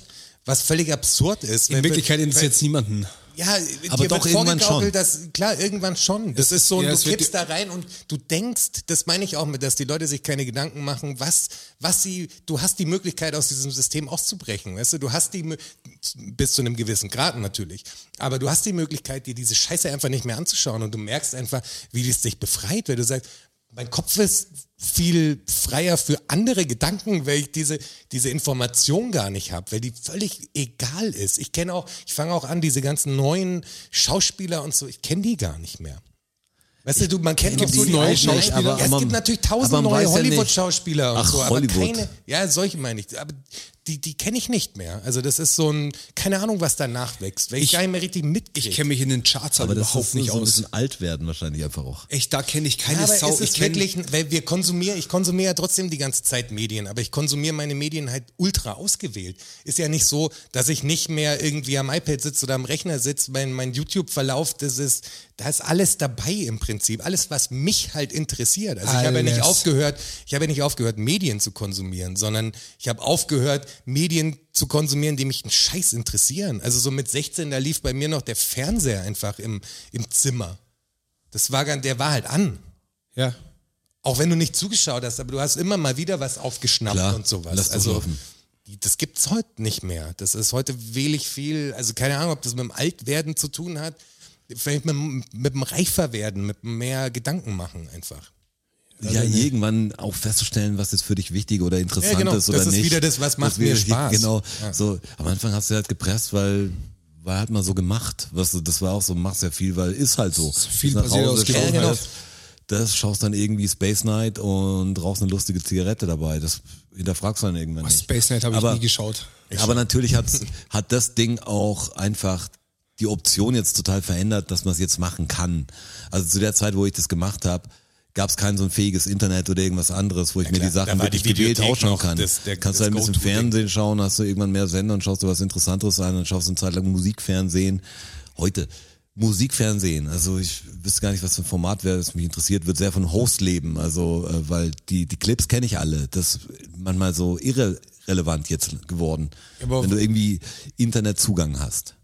Was völlig absurd ist. In Wirklichkeit interessiert es niemanden. Ja, Aber dir doch wird irgendwann vorgegaukelt, schon. Dass, klar, irgendwann schon. Das ist so, ja, du es wird kippst da rein und du denkst, das meine ich auch mit, dass die Leute sich keine Gedanken machen, was, was sie, du hast die Möglichkeit, aus diesem System auszubrechen, weißt du, du hast die, Mö- bis zu einem gewissen Grad natürlich, aber du hast die Möglichkeit, dir diese Scheiße einfach nicht mehr anzuschauen und du merkst einfach, wie es dich befreit, weil du sagst, mein Kopf ist viel freier für andere Gedanken, weil ich diese, diese Information gar nicht habe, weil die völlig egal ist. Ich kenne auch, ich fange auch an, diese ganzen neuen Schauspieler und so, ich kenne die gar nicht mehr. Weißt du, du, man kennt kenn doch so die die auch alten nicht, Schauspieler. aber- ja, es aber- gibt natürlich tausend aber man neue weiß ja nicht- Hollywood-Schauspieler und Ach, so, aber Hollywood. keine, ja, solche meine ich, aber die, die kenne ich nicht mehr. Also das ist so ein, keine Ahnung, was da nachwächst, weil ich, gar nicht mehr richtig mitkriege. Ich kenne mich in den Charts aber aber das ist überhaupt nicht nicht so ein aus. bisschen alt werden wahrscheinlich einfach auch. Echt, da kenne ich keine Ja, aber Sau. es ist ich kenn- wirklich, weil wir konsumieren, ich konsumiere ja trotzdem die ganze Zeit Medien, aber ich konsumiere meine Medien halt ultra ausgewählt. Ist ja nicht so, dass ich nicht mehr irgendwie am iPad sitze oder am Rechner sitze, mein, mein YouTube-Verlauf, das ist, da ist alles dabei im Prinzip. Alles, was mich halt interessiert. Also ich habe ja nicht Alles. aufgehört, ich habe ja nicht aufgehört, Medien zu konsumieren, sondern ich habe aufgehört, Medien zu konsumieren, die mich einen Scheiß interessieren. Also so mit 16, da lief bei mir noch der Fernseher einfach im, im Zimmer. Das war, gar- der war halt an. ja. Auch wenn du nicht zugeschaut hast, aber du hast immer mal wieder was aufgeschnappt Klar, und sowas. lass also durchlaufen. die- das gibt's heute nicht mehr. Das ist heute wählig viel, also keine Ahnung, ob das mit dem Altwerden zu tun hat, vielleicht mit, dem- mit dem Reiferwerden, mit dem mehr Gedanken machen einfach. ja, irgendwann auch festzustellen, was jetzt für dich wichtig oder interessant Ja, genau. ist oder Das ist nicht. wieder das, was macht wäre mir richtig- Spaß. Genau. So, am Anfang hast du halt gepresst, weil war halt mal so gemacht. Weißt du, das war auch so, machst ja viel, weil ist halt so. viel Gehst nach passiert Hause, aus schaust Gewohnheit. halt, das schaust dann irgendwie Space Night und rauchst eine lustige Zigarette dabei. Das hinterfragst du dann irgendwann nicht. Space Night habe ich Aber- nie geschaut. Aber natürlich hat, hat das Ding auch einfach die Option jetzt total verändert, dass man es jetzt machen kann. Also zu der Zeit, wo ich das gemacht habe, gab es kein so ein fähiges Internet oder irgendwas anderes, wo ich mir die klar, da Sachen war die wirklich gewählt Videothek ausschauen noch kann. das- der- Kannst du das halt ein bisschen Go-To-Ding. Fernsehen schauen, hast du irgendwann mehr Sender und schaust du was Interessanteres an, dann schaust du eine Zeit lang Musikfernsehen. Heute Musikfernsehen, also ich wüsste gar nicht, was für ein Format wäre, das mich interessiert, wird sehr von Host leben, also äh, weil die, die Clips kenne ich alle, das ist manchmal so irrelevant jetzt geworden, Aber- wenn du irgendwie Internetzugang hast.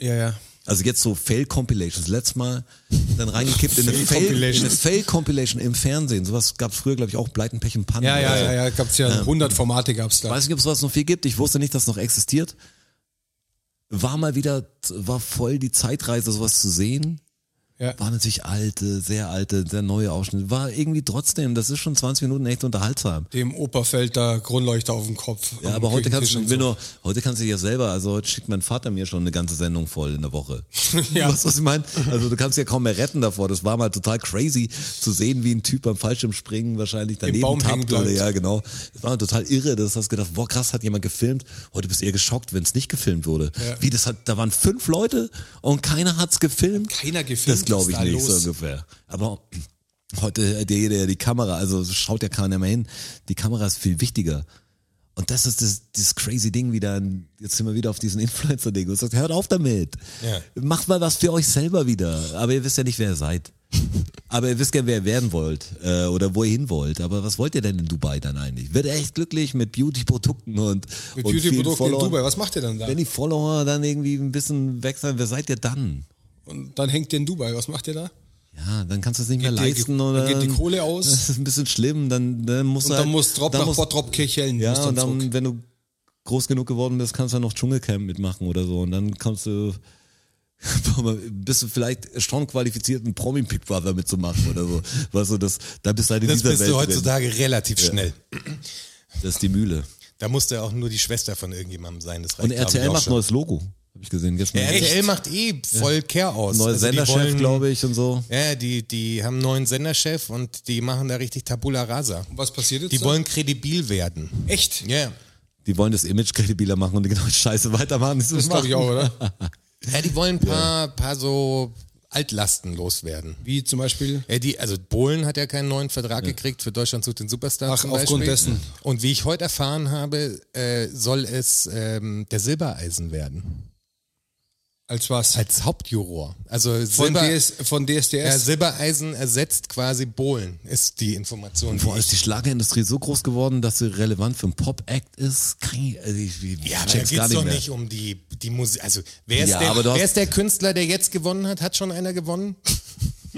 Ja, ja. Also jetzt so Fail-Compilations. Letztes Mal dann reingekippt in eine Fail- Fail-Compilations. in eine Fail-Compilation im Fernsehen. Sowas gab es früher, glaube ich, auch Pleiten, Pech und Pannen. Ja, ja, Also, ja, ja. Gab's ja 100 Formate gab's da. Weiß nicht, ob es was noch viel gibt. Ich wusste nicht, dass es noch existiert. War mal wieder, war voll die Zeitreise, sowas zu sehen. Ja. War natürlich alte, sehr alte, sehr neue Ausschnitte. War irgendwie trotzdem, das ist schon 20 Minuten echt unterhaltsam. Dem Opa fällt da Grundleuchter auf den Kopf. Ja, am aber heute kannst, Küchentisch du, und wenn du, heute kannst du dich ja selber, also heute schickt mein Vater mir schon eine ganze Sendung voll in der Woche. Ja. Weißt du, was ich meine? Also du kannst dich ja kaum mehr retten davor. Das war mal total crazy zu sehen, wie ein Typ beim Fallschirmspringen wahrscheinlich daneben Baum hängen tappt oder bleibt. ja, genau. Das war total irre, dass du hast gedacht, boah krass, hat jemand gefilmt. Heute bist du eher geschockt, wenn es nicht gefilmt wurde. Wie das hat, da waren fünf Leute und keiner hat's gefilmt. keiner gefilmt, Das glaube ich was da nicht los? so ungefähr. Aber heute, der, der, die Kamera, also schaut ja keiner mehr hin. Die Kamera ist viel wichtiger. Und das ist das, dieses crazy Ding wieder. Jetzt sind wir wieder auf diesen Influencer-Ding. Und sagt, hört auf damit. Ja. Macht mal was für euch selber wieder. Aber ihr wisst ja nicht, wer ihr seid. Aber ihr wisst ja, wer ihr werden wollt äh, oder wo ihr hin wollt. Aber was wollt ihr denn in Dubai dann eigentlich? Wird ihr echt glücklich mit Beauty-Produkten und Mit und vielen Beauty-Produkten in Followern? Dubai, was macht ihr dann da? Wenn die Follower dann irgendwie ein bisschen weg sind, wer seid ihr dann? Und dann hängt ihr in Dubai, was macht ihr da? Ja, dann kannst du es nicht mehr Geht die- leisten dann oder geht die Kohle aus. Das ist ein bisschen schlimm, dann, dann musst Und du dann halt, muss Drop dann nach musst- Bottrop Kirchhellen. Ja, muss dann und dann, zurück. wenn du groß genug geworden bist, kannst du dann noch Dschungelcamp mitmachen oder so und dann kommst du bist du vielleicht schon qualifiziert, einen Promi Big Brother mitzumachen oder so. Weißt du, das, da bist du halt in Das dieser bist Welt. du drin. heutzutage relativ schnell. Das ist die Mühle. Da musste ja auch nur die Schwester von irgendjemandem sein. Das reicht, Und glaub ich, RTL auch macht schon. neues Logo, habe ich gesehen. Gestern. Ja, RTL macht eh voll Care aus. Neuer Also die Senderchef, wollen- glaube ich, und so. Ja, die, die haben einen neuen Senderchef und die machen da richtig Tabula Rasa. was passiert jetzt? Die da? wollen kredibil werden. echt. Ja. Yeah. Die wollen das Image kredibiler machen und die genau Scheiße weitermachen. Das, Das glaube ich auch, oder? Ja, die wollen ein paar, paar so Altlasten loswerden. Wie zum Beispiel. Ja, die, also Bohlen hat ja keinen neuen Vertrag gekriegt für Deutschland sucht den Superstar. Ach, zum aufgrund Beispiel. dessen. Und wie ich heute erfahren habe, äh, soll es ähm, der Silbereisen werden. Als was? Als Hauptjuror. Also Von, Silber, DS, von DSDS. ja, Silbereisen ersetzt quasi Bohlen, ist die Information. Boah, die ist die Schlagerindustrie so groß geworden, dass sie relevant für einen Pop-Act ist? Kann ich, also ich, ich Ja, aber da check's geht's doch nicht um die, die Musik. Also, wer ist, Ja, der, aber du hast- wer ist der Künstler, der jetzt gewonnen hat? Hat schon einer gewonnen?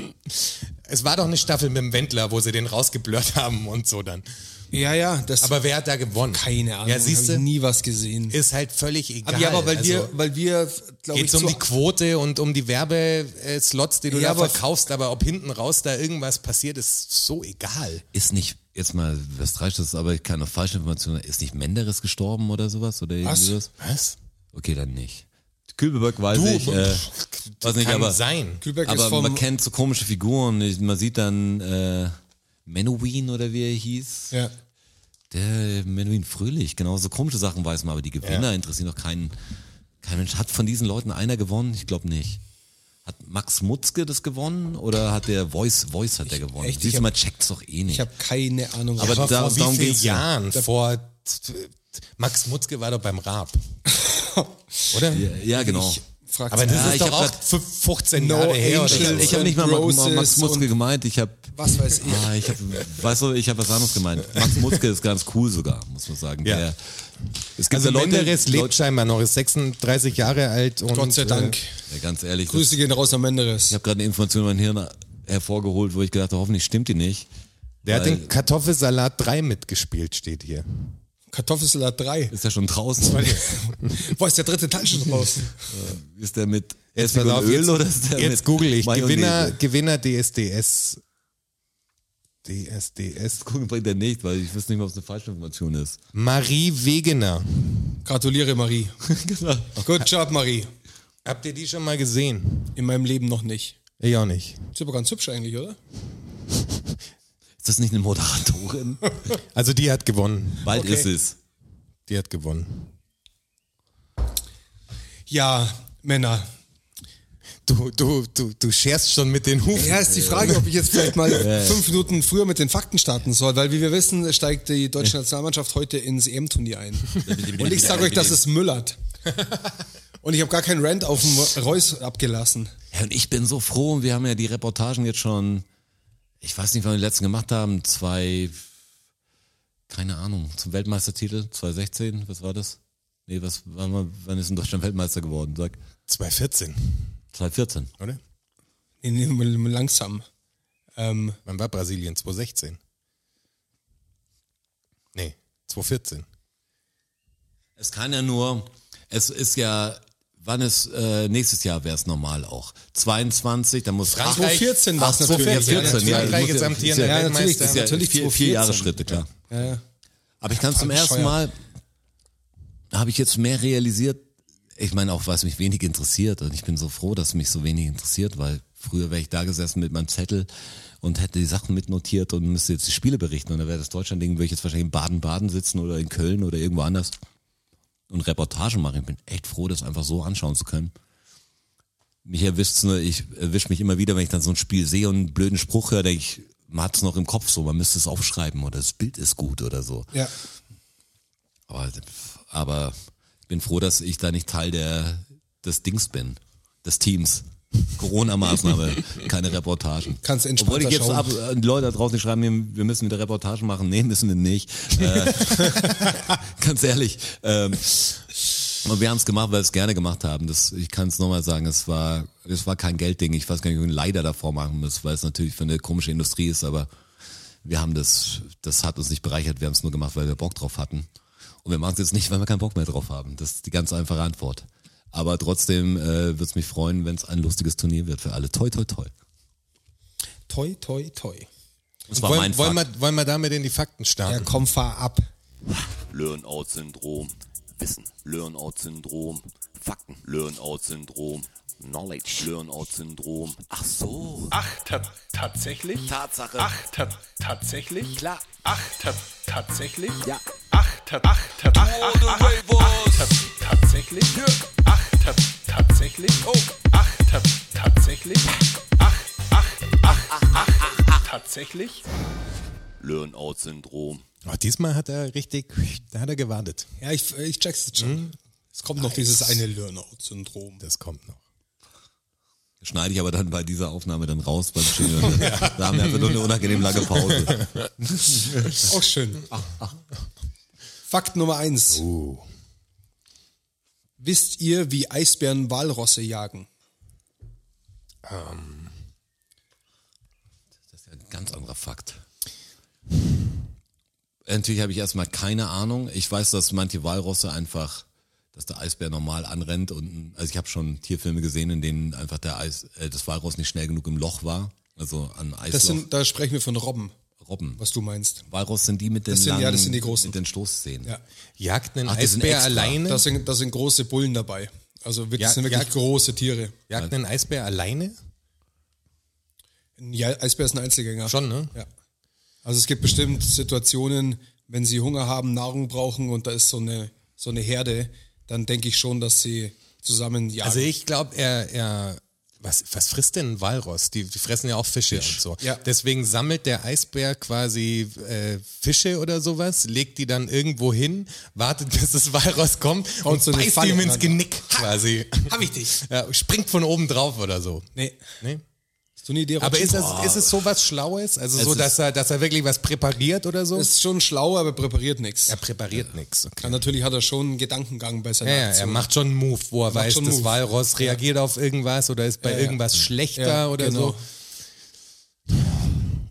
es war doch eine Staffel mit dem Wendler, wo sie den rausgeblurrt haben und so dann. ja, ja, das. Aber wer hat da gewonnen? keine Ahnung. Ja, siehst hab ich du, nie was gesehen. ist halt völlig egal. aber ja, aber weil also, wir, weil wir, glaube Geht ich, um zu- die Quote und um die Werbeslots, die du Ja, da aber- verkaufst, aber ob hinten raus da irgendwas passiert, ist so egal. Ist nicht, jetzt mal, was dreist ist, aber keine falsche Information, ist nicht Menderes gestorben oder sowas? Oder irgendwie Was? sowas? Was? Okay, dann nicht. Kübelberg weiß Du, ich, äh, weiß nicht, kann aber, sein. Kühlberg ist aber vom. man kennt so komische Figuren, Ich- man sieht dann äh, Menowin oder wie er hieß. ja. Der Menowin Fröhlich, genau, so komische Sachen weiß man, aber die Gewinner interessieren doch keinen. Kein Mensch. Hat von diesen Leuten einer gewonnen? Ich glaube nicht. Hat Max Mutzke das gewonnen oder hat der Voice, Voice hat der gewonnen? echt, Siehst ich du, man checkt's doch eh nicht. Ich habe keine Ahnung. Aber Aber vor da- darum wie vielen geht's ja. Jahren? Vor t- t- Max Mutzke war doch beim Raab. Oder? ja, ja, genau. Ich frag's Aber das mich. Ja, ist ich doch hab auch grad- 15 No Jahre her. Oder Angels. so. ich ich habe nicht mal Max, Roses Max Mutzke und- gemeint, ich habe was weiß ich. Ah, ich hab, weißt du, ich habe was anderes gemeint. Max Mutzke ist ganz cool sogar, muss man sagen. Ja. Der, es gibt also ja Leute, Menderes lebt Leute, scheinbar noch, ist 36 Jahre alt. Und, Gott sei Dank. Äh, ja, ganz ehrlich, das, Grüße gehen raus an Menderes. ich habe gerade eine Information in mein Hirn hervorgeholt, wo ich gedacht habe, hoffentlich stimmt die nicht. der hat Weil- den Kartoffelsalat 3 mitgespielt, steht hier. Kartoffelsalat 3. Ist ja schon draußen. Wo ist der dritte Teil schon raus? Ist der mit Essig und Pass auf, Öl jetzt, oder ist der jetzt mit google ich. Mayonnaise? Gewinner, Gewinner DSDS. DSDS. Gucken bringt er nicht, weil ich wüsste nicht mal, ob es eine falsche Information ist. Marie Wegener. Gratuliere, Marie. genau. Good job, Marie. Habt ihr die schon mal gesehen? In meinem Leben noch nicht. Ich auch nicht. Ist aber ganz hübsch eigentlich, oder? Ist das nicht eine Moderatorin? Also die hat gewonnen. Bald Okay. ist es. Die hat gewonnen. Ja, Männer. Du, du, du, du scherst schon mit den Hufen. Ja, ist die Frage, ob ich jetzt vielleicht mal fünf Minuten früher mit den Fakten starten soll, weil wie wir wissen, steigt die deutsche Nationalmannschaft heute ins EM-Turnier ein. Und ich sage euch, dass es müllert. Und ich habe gar keinen Rant auf den Reus abgelassen. Ja, und ich bin so froh, wir haben ja die Reportagen jetzt schon, ich weiß nicht, wann wir die letzten gemacht haben, zwei, keine Ahnung, zum Weltmeistertitel, 2016, was war das? Nee, was, wann, war- wann ist in Deutschland Weltmeister geworden? Sag, 2014, 2014. oder? Nee, nee, mal- mal langsam. Ähm, Wann war Brasilien? 2016. Nee, 2014. Es kann ja nur, es ist ja, wann ist, äh, nächstes Jahr wäre es normal auch. 22, dann muss Frankreich- 2014 war's Ach, natürlich. 2014, ja, Frankreich muss ist amtierender ist ja, Ja, natürlich, Weltmeister. das ist ist ja natürlich vier, vier 2014. Jahre Schritte, klar. ja, ja. Aber ich kann zum Total ersten Mal, habe ich jetzt mehr realisiert, ich meine auch, was mich wenig interessiert und ich bin so froh, dass mich so wenig interessiert, weil früher wäre ich da gesessen mit meinem Zettel und hätte die Sachen mitnotiert und müsste jetzt die Spiele berichten und dann wäre das Deutschland-Ding, würde ich jetzt wahrscheinlich in Baden-Baden sitzen oder in Köln oder irgendwo anders und Reportagen machen. Ich bin echt froh, das einfach so anschauen zu können. Mich erwischt's nur, ich erwisch mich immer wieder, wenn ich dann so ein Spiel sehe und einen blöden Spruch höre, denke ich, man hat's noch im Kopf so, man müsste es aufschreiben oder das Bild ist gut oder so. ja. Aber, aber ich bin froh, dass ich da nicht Teil der, des Dings bin, des Teams. Corona-Maßnahme, keine Reportagen. Kannst entspannter Obwohl ich jetzt schauen. ab, äh, die Leute da draußen nicht schreiben, wir- wir müssen wieder Reportagen machen. Nee, müssen wir nicht. Äh, ganz ehrlich. Ähm, und wir haben es gemacht, weil wir es gerne gemacht haben. Das, ich kann es nochmal sagen, es war, es war kein Geldding. Ich weiß gar nicht, ob ich einen Leider davor machen muss, weil es natürlich für eine komische Industrie ist, aber wir haben das, das hat uns nicht bereichert, wir haben es nur gemacht, weil wir Bock drauf hatten. Und wir machen es jetzt nicht, weil wir keinen Bock mehr drauf haben. Das ist die ganz einfache Antwort. Aber trotzdem äh, würde es mich freuen, wenn es ein lustiges Turnier wird für alle. Toi, toi, toi. Toi, toi, toi. Das war Wollen, mein wollen, Fakt. wir, wollen wir damit in die Fakten Ja, starten? komm, fahr ab. Learn-out-Syndrom. Wissen. Learn-out-Syndrom. Fakten. Learn-out-Syndrom. Knowledge. Learn-out-Syndrom. Ach so. Ach, ta tatsächlich? Tatsache. Ach, ta tatsächlich? Klar. Ach, ta tatsächlich? Ja. Ach, ta ach, ta ach, ach, ach, ach, ta tatsächlich? Ach, ta tatsächlich? Oh. Ach, ta tatsächlich? Ach, ach, ach, ach, ach, ach, tatsächlich? Learn-out-Syndrom. Oh, diesmal hat er richtig, da hat er gewartet. Ja, ich, ich check's jetzt schon. Es kommt noch dieses eine Learnout-Syndrom. Das kommt noch. Schneide ich aber dann bei dieser Aufnahme dann raus. Beim Schienen. Da haben wir einfach nur eine unangenehm lange Pause. Auch schön. Fakt Nummer eins. Wisst ihr, wie Eisbären Walrosse jagen? Das ist ja ein ganz anderer Fakt. Natürlich habe ich erstmal keine Ahnung. Ich weiß, dass manche Walrosse einfach, dass der Eisbär normal anrennt und also ich habe schon Tierfilme gesehen, in denen einfach der Eis, äh, das Walross nicht schnell genug im Loch war, also an Das Eisloch. sind, da sprechen wir von Robben, Robben. was du meinst. Walross sind die mit den Das sind- ja, langen, das sind die großen. mit den Stoßzähnen. Ja. Jagt einen Ach, die sind Eisbär extra. alleine? Da sind, da sind große Bullen dabei. Also wirklich, Ja- das sind wirklich ja- große Tiere. Jagt einen Eisbär alleine? Ja, Eisbär ist ein Einzelgänger. Schon, ne? Ja. Also es gibt bestimmt Situationen, wenn sie Hunger haben, Nahrung brauchen und da ist so eine, so eine Herde, dann denke ich schon, dass sie zusammen jagen. Also ich glaube, er, er was, was frisst denn ein Walross? Die, die fressen ja auch Fische und so. Ja. Deswegen sammelt der Eisbär quasi äh, Fische oder sowas, legt die dann irgendwo hin, wartet, bis das Walross kommt und, so eine beißt Falle ihm ins ran. Genick quasi. hab ich dich. Ja, springt von oben drauf oder so. Nee. Nee? Hast du eine Idee, Aber Rocky? ist, das, ist es so was Schlaues? Also so, ist- dass er, dass er wirklich was präpariert oder so? ist schon schlau, aber präpariert nichts. er präpariert nichts. Ja, Okay. natürlich hat er schon einen Gedankengang bei seiner Ja, ja, er Aktion. macht schon einen Move, wo er macht weiß, schon das Move. Walross reagiert auf irgendwas oder ist bei Ja, ja. irgendwas schlechter Ja, oder genau. so.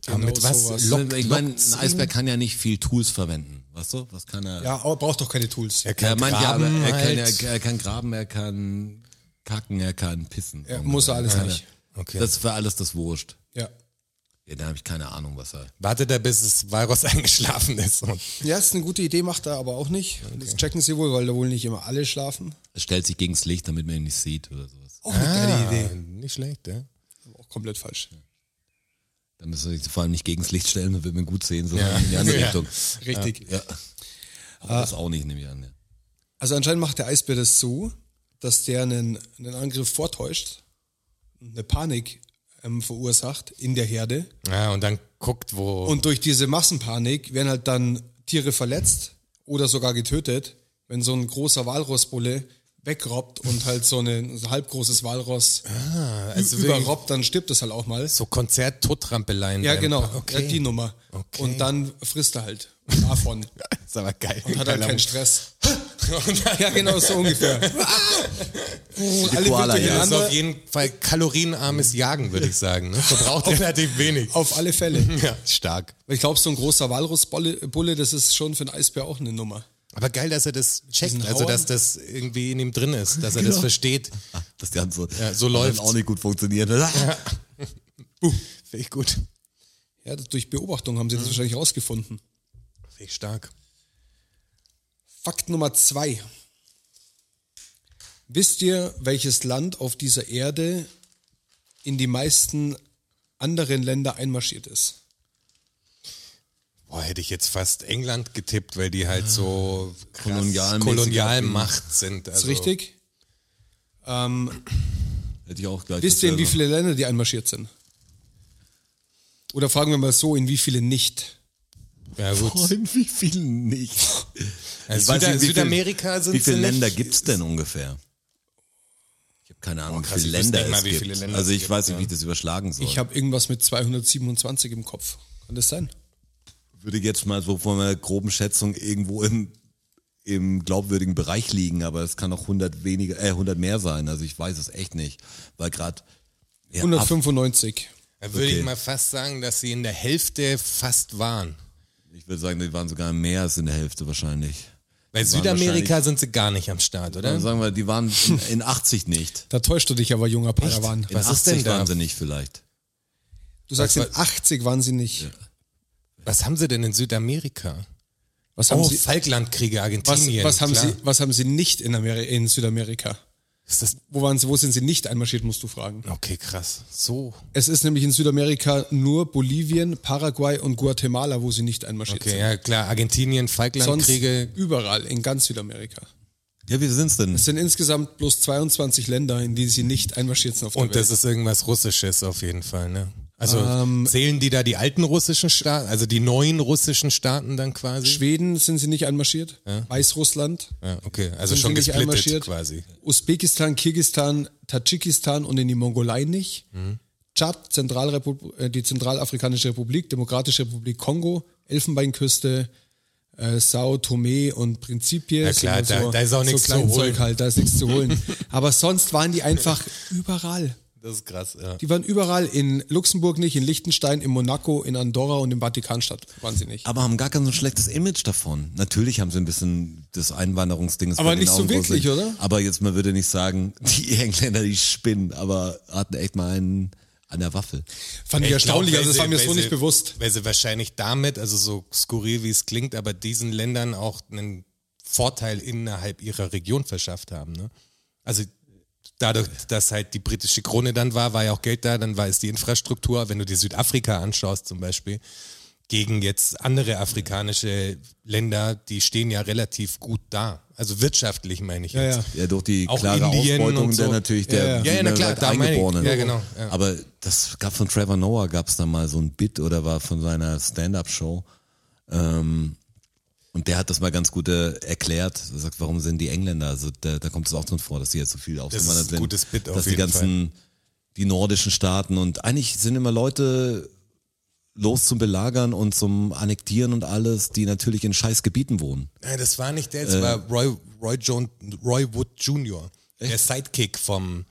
Aber mit was sowas. lockt, Äh, ich meine, lockt's ein Eisbär kann ja nicht viel Tools verwenden. Weißt du? Was kann er? ja, aber braucht doch keine Tools. Er, er, meint, ja, aber graben er, kann, halt. er, er äh, kann graben, er kann kacken, er kann pissen. muss er alles Keine- nicht. Okay. Das war alles das Wurscht. Ja. Ja, da habe ich keine Ahnung, was er. Wartet er, bis das Walross eingeschlafen ist. Und ja, ist eine gute Idee, macht er aber auch nicht. Das checken sie wohl, weil da wohl nicht immer alle schlafen. Er stellt sich gegens Licht, damit man ihn nicht sieht oder sowas. Oh. Auch eine geile Oh, Idee. Ah, Nicht schlecht, ja. Aber Auch komplett falsch. Dann müssen wir vor allem nicht gegens Licht stellen, dann wird man gut sehen, sondern in die andere Ja. Richtung. Richtig. Ja. Aber das auch nicht, nehme ich an. Ja. Also anscheinend macht der Eisbär das so, dass der einen, einen Angriff vortäuscht, eine Panik ähm, verursacht in der Herde. Ja, und dann guckt, wo. Und durch diese Massenpanik werden halt dann Tiere verletzt oder sogar getötet, wenn so ein großer Walrossbulle wegrobbt und halt so, eine, so ein halbgroßes Walross also wirklich- überrobbt, dann stirbt es halt auch mal. so Konzert-Totrampeleien. Ja, beim- genau, Okay. ja, die Nummer. Okay. Und dann frisst er halt davon. Ist aber geil. Hat halt Geiler keinen Move. Stress. ja, genau, so ungefähr. Alle Koala, gut ja. Das ist durcheinander. auf jeden Fall kalorienarmes Jagen, würde ich sagen. Ne? Oh. Verbraucht relativ wenig. Auf alle Fälle. Ja, stark. Ich glaube, so ein großer Walrussbulle, Bulle, das ist schon für einen Eisbär auch eine Nummer. Aber geil, dass er das checkt, Diesen also Hauern. dass das irgendwie in ihm drin ist, dass er das Genau. versteht. Das Ganze Ja, so hat läuft's. auch nicht gut funktioniert. Finde ich gut. Ja, durch Beobachtung haben sie Mhm. das wahrscheinlich rausgefunden. Finde ich stark. Fakt Nummer zwei. Wisst ihr, welches Land auf dieser Erde in die meisten anderen Länder einmarschiert ist? Boah, hätte ich jetzt fast England getippt, weil die halt so Kolonialmäßig Kolonialmacht sind. Ist Also, richtig? Hätte ich auch gleich. Wisst ihr, in wie dasselbe. viele Länder die einmarschiert sind? Oder fragen wir mal so, in wie viele nicht? Ja, Boah, gut. in wie vielen nicht? Also Ich weiß Süda- nicht, wie viel- Südamerika sind Wie viele sie nicht. Länder gibt's denn ungefähr? Ich habe keine Ahnung, krass, wie viele ich wüsste Länder nicht mal, es wie gibt. viele Länder also es ich gibt, weiß nicht, wie ich das überschlagen soll. Ich habe irgendwas mit 227 im Kopf. Kann das sein? würde jetzt mal so von einer groben Schätzung irgendwo im, im glaubwürdigen Bereich liegen, aber es kann auch 100 weniger, äh, 100 mehr sein. Also ich weiß es echt nicht, weil gerade ja, 195. Da würde Okay. ich mal fast sagen, dass sie in der Hälfte fast waren. ab- ich würde sagen, die waren sogar mehr als in der Hälfte wahrscheinlich. Bei Die waren Südamerika sind sie gar nicht am Start, Dann oder? sagen wir, die waren in, in 80 nicht. Da täuscht du dich aber, junger Padawan. In Was 80 ist denn da? waren sie nicht vielleicht. Du sagst, in 80 waren sie nicht. Was haben sie denn in Südamerika? Was haben Oh, sie? Falklandkriege, Was, Argentinien. was, haben klar. sie, was haben sie nicht in, Ameri in Südamerika? Ist das, Wo, waren sie, wo sind sie nicht einmarschiert, musst du fragen. okay, krass. So. Es ist nämlich in Südamerika nur Bolivien, Paraguay und Guatemala, wo sie nicht einmarschiert Okay, ja klar, Argentinien, sind. Sonst Falklandkriege. überall in ganz Südamerika. Ja, wie sind's denn? Es sind insgesamt bloß 22 Länder, in die sie nicht einmarschiert sind auf der Und Welt. das ist irgendwas Russisches auf jeden Fall, ne? Also zählen die da die alten russischen Staaten, also die neuen russischen Staaten dann quasi? Schweden sind sie nicht einmarschiert, Weißrussland ja, okay, also sind schon sie nicht gesplittet einmarschiert, quasi. Usbekistan, Kirgistan, Tadschikistan und in die Mongolei nicht. Mhm. Tschad, Zentralrepu- äh, die Zentralafrikanische Republik, Demokratische Republik Kongo, Elfenbeinküste, äh, Sao Tome und Prinzipien. Ja, klar, da- da ist auch nichts zu holen. Halt, da ist nichts zu holen. Aber sonst waren die einfach überall. Das ist krass, ja. Die waren überall in Luxemburg nicht, in Liechtenstein, in Monaco, in Andorra und im Vatikanstadt. Waren sie Ah, nicht. aber haben gar kein so schlechtes Image davon. Natürlich haben sie ein bisschen das Einwanderungsding. ist Aber bei denen nicht so auch ein großes- wirklich, oder? Aber jetzt, man würde nicht sagen, die Engländer, die spinnen, aber hatten echt mal einen an der Waffel. Fand ich erstaunlich, glaub, also das weil war mir sie- so weil nicht sie- bewusst. Weil sie wahrscheinlich damit, also so skurril wie es klingt, aber diesen Ländern auch einen Vorteil innerhalb ihrer Region verschafft haben. Ne? Also dadurch, dass halt die britische Krone dann war, war ja auch Geld da, dann war es die Infrastruktur. Wenn du dir Südafrika anschaust zum Beispiel, gegen jetzt andere afrikanische Länder, die stehen ja relativ gut da. Also wirtschaftlich meine ich jetzt. ja. Ja, durch die Auch klare Indien Ausbeutung und so. der natürlich der Ja, ja. Ja, ja, na klar, Leute da meine ich. Eingeborenen. Ja, genau, ja. Aber das gab von Trevor Noah gab es da mal so ein Bit oder war von seiner Stand-up-Show. Ähm, und der hat das mal ganz gut äh, erklärt. Er sagt, warum sind die Engländer? Also da, da kommt es auch drin vor, dass die jetzt so viel ist ausgewandert ein sind. gutes Bit auf dass die jeden ganzen, die nordischen Staaten und eigentlich sind immer Leute los zum Belagern und zum Annektieren und alles, die natürlich in scheiß Gebieten wohnen. Nein, das war nicht der, das war Äh. Roy, Roy, John, Roy Wood Jr., der Sidekick vom,